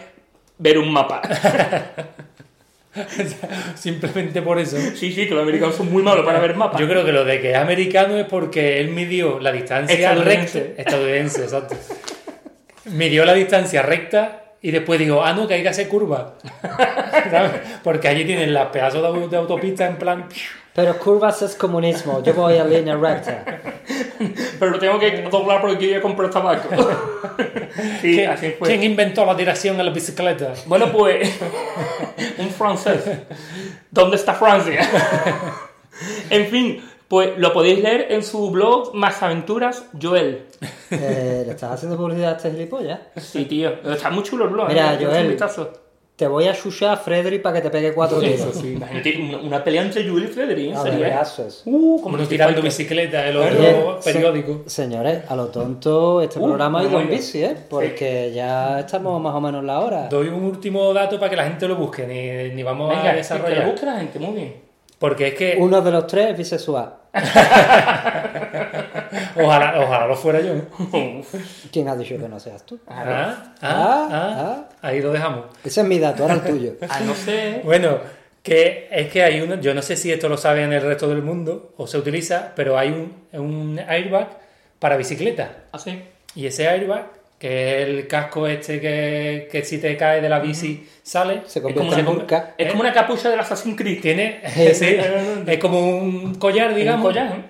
S3: ver un mapa. [LAUGHS]
S2: [LAUGHS] Simplemente por eso.
S3: sí, sí, que los americanos son muy malos para ver mapas.
S2: Yo creo que lo de que es americano es porque él midió la distancia
S3: Estadounidense.
S2: recta. Estadounidense, exacto. Midió la distancia recta y después dijo, ah, no, que hay que hacer curva. [LAUGHS] ¿Sabes? Porque allí tienen las pedazos de, au- de autopista en plan.
S1: Pero curvas es comunismo, yo voy a línea recta.
S3: Pero lo tengo que doblar porque yo ya compré tabaco. sí,
S2: ¿Quién,
S3: así fue.
S2: quién inventó la dirección a la bicicleta?
S3: Bueno, pues, [LAUGHS] un francés. ¿Dónde está Francia? [LAUGHS] en fin, pues lo podéis leer en su blog Más Aventuras Joel.
S1: Eh, ¿Le estás haciendo publicidad a este gilipollas?
S3: Sí, tío. Está muy chulo el blog.
S1: Mira,
S3: ¿eh? Echad un
S1: Joel.
S3: vistazo.
S1: Te voy a chuchar a Frederick para que te pegue
S3: [LAUGHS]
S1: cuatro
S3: Eso
S1: tiros.
S3: sí. Imagínate una, una pelea entre Joel y Frederick.
S1: A
S3: Sería.
S1: vergazos.
S3: Uh, como
S2: Uno
S3: los
S2: tirando
S3: Fighters.
S2: bicicleta, el
S1: Oye,
S2: otro
S1: se-
S2: periódico.
S1: señores, a lo tonto este
S3: Uh,
S1: programa ha ido
S3: muy
S1: en
S3: bien.
S1: bici, ¿eh? Porque ya estamos más o menos en la hora.
S2: Doy un último dato para que la gente lo busque, ni, ni vamos a
S3: Venga, que lo
S2: desarrollar.
S3: busque la gente, muy bien.
S2: Porque es que
S1: Uno de los tres es bisexual.
S2: ojalá, ojalá lo fuera yo.
S1: ¿Quién ha dicho que no seas tú?
S2: Ah, ah,
S1: Ah,
S2: ah. ahí lo dejamos.
S1: Ese es mi dato, ahora el
S3: [LAUGHS]
S1: tuyo.
S3: Ah, no sé.
S2: Bueno, que es que hay uno, yo no sé si esto lo saben en el resto del mundo o se utiliza, pero hay un, un airbag para bicicleta.
S3: Así.
S2: Y ese airbag, que es el casco este que, que si te cae de la bici sale,
S1: Se
S2: es
S1: convierte
S2: como-
S1: en un ca-
S2: es
S3: Es como una capucha del Assassin's Creed.
S2: ¿Eh?
S3: [LAUGHS]
S2: tiene
S1: Sí.
S2: [LAUGHS] sí, es como un collar digamos
S3: Un collar, ¿eh?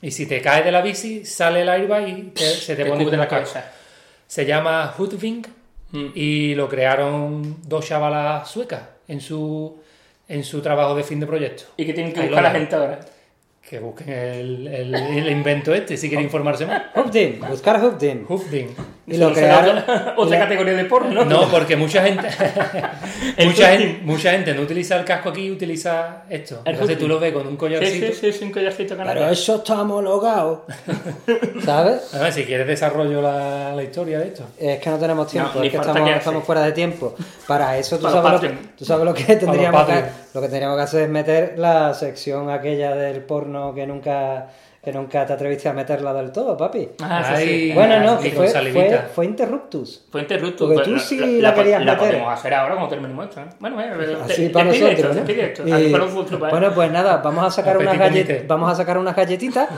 S2: y si te caes de la bici sale el airbag y te- se te
S3: Te
S2: pone
S3: cubre
S2: en
S3: la cabeza.
S2: se llama Hoodwink
S3: Mm.
S2: y lo crearon dos chavalas suecas en su en su trabajo de fin de proyecto
S3: Y que tienen que
S2: Ahí
S3: buscar
S2: lo
S3: la
S2: dejo.
S3: gente ahora.
S2: que busquen el, el- el invento este si
S3: Oh.
S2: quieren informarse más
S1: Hoopdin, buscar Hoopdin.
S2: Hoodwink
S1: Y lo
S3: Eso será
S1: crearon.
S3: Otra, [LAUGHS] otra categoría de
S1: [LAUGHS]
S3: porno.
S2: No, porque mucha gente, [LAUGHS]
S3: El
S2: mucha,
S3: hooting.
S2: gente mucha gente no utiliza el casco aquí utiliza esto.
S3: El
S2: Entonces tú
S3: hooting.
S2: lo ves con un
S3: Sí,
S2: collarcito.
S3: sí, sí, es un collarcito canal.
S1: Pero eso está
S3: [LAUGHS]
S1: homologado. ¿Sabes?
S2: A ver, si quieres desarrollo la, la historia de esto.
S1: Eh, Es que no tenemos tiempo,
S3: No, ni
S1: es que
S3: falta
S1: estamos,
S3: que hace.
S1: estamos fuera de tiempo. Para eso tú
S3: Para
S1: sabes, lo que,
S3: Patreon.
S1: tú sabes lo que [LAUGHS] tendríamos que,
S2: Patreon.
S1: lo que tendríamos que hacer es meter la sección aquella del porno que nunca que nunca te atreviste a meterla del todo, papi.
S3: Ah, sí,
S2: Ay,
S3: sí.
S1: bueno, no, que
S2: y con
S1: fue, fue,
S2: salivita.
S1: fue interruptus.
S3: Fuente Ruto.
S1: Porque
S3: pero
S1: tú
S3: pues, la-
S1: sí
S3: la,
S1: la querías
S3: la
S1: meter.
S3: podemos hacer ahora cuando terminemos esto. ¿eh? Bueno, eh, te-
S1: Así para
S3: despide
S1: nosotros.
S3: esto,
S1: ¿no?
S3: despide esto.
S1: Y-
S3: Así para los futuros, ¿vale? este.
S1: bueno, pues nada, vamos a sacar
S2: Un
S1: unas
S2: petit comité.
S1: gallet- vamos a sacar unas
S3: [LAUGHS]
S1: galletitas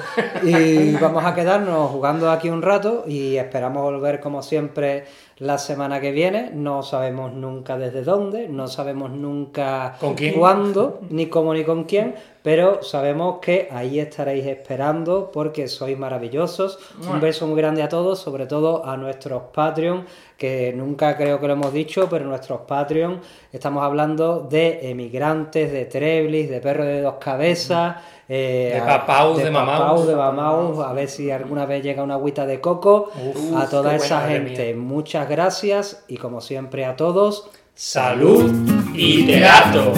S1: y vamos a quedarnos jugando aquí un rato y esperamos volver como siempre la semana que viene. No sabemos nunca desde dónde, no sabemos nunca
S2: ¿Con quién?
S1: cuándo, ni cómo ni con quién, pero sabemos que ahí estaréis esperando porque sois maravillosos. Un beso muy grande a todos, sobre todo a nuestros Patreon, que nunca creo que lo hemos dicho, pero nuestros Patreon, estamos hablando de emigrantes, de Treblis, de perro de dos cabezas. eh,
S2: De
S1: a-
S2: papaus, de mamaus.
S1: papaus, de mamaus, a ver si alguna vez llega una agüita de coco.
S2: Uf,
S1: a toda
S2: qué
S1: esa
S2: buena, madre
S1: gente, muchas gracias y como siempre a todos,
S2: Salud y teatro.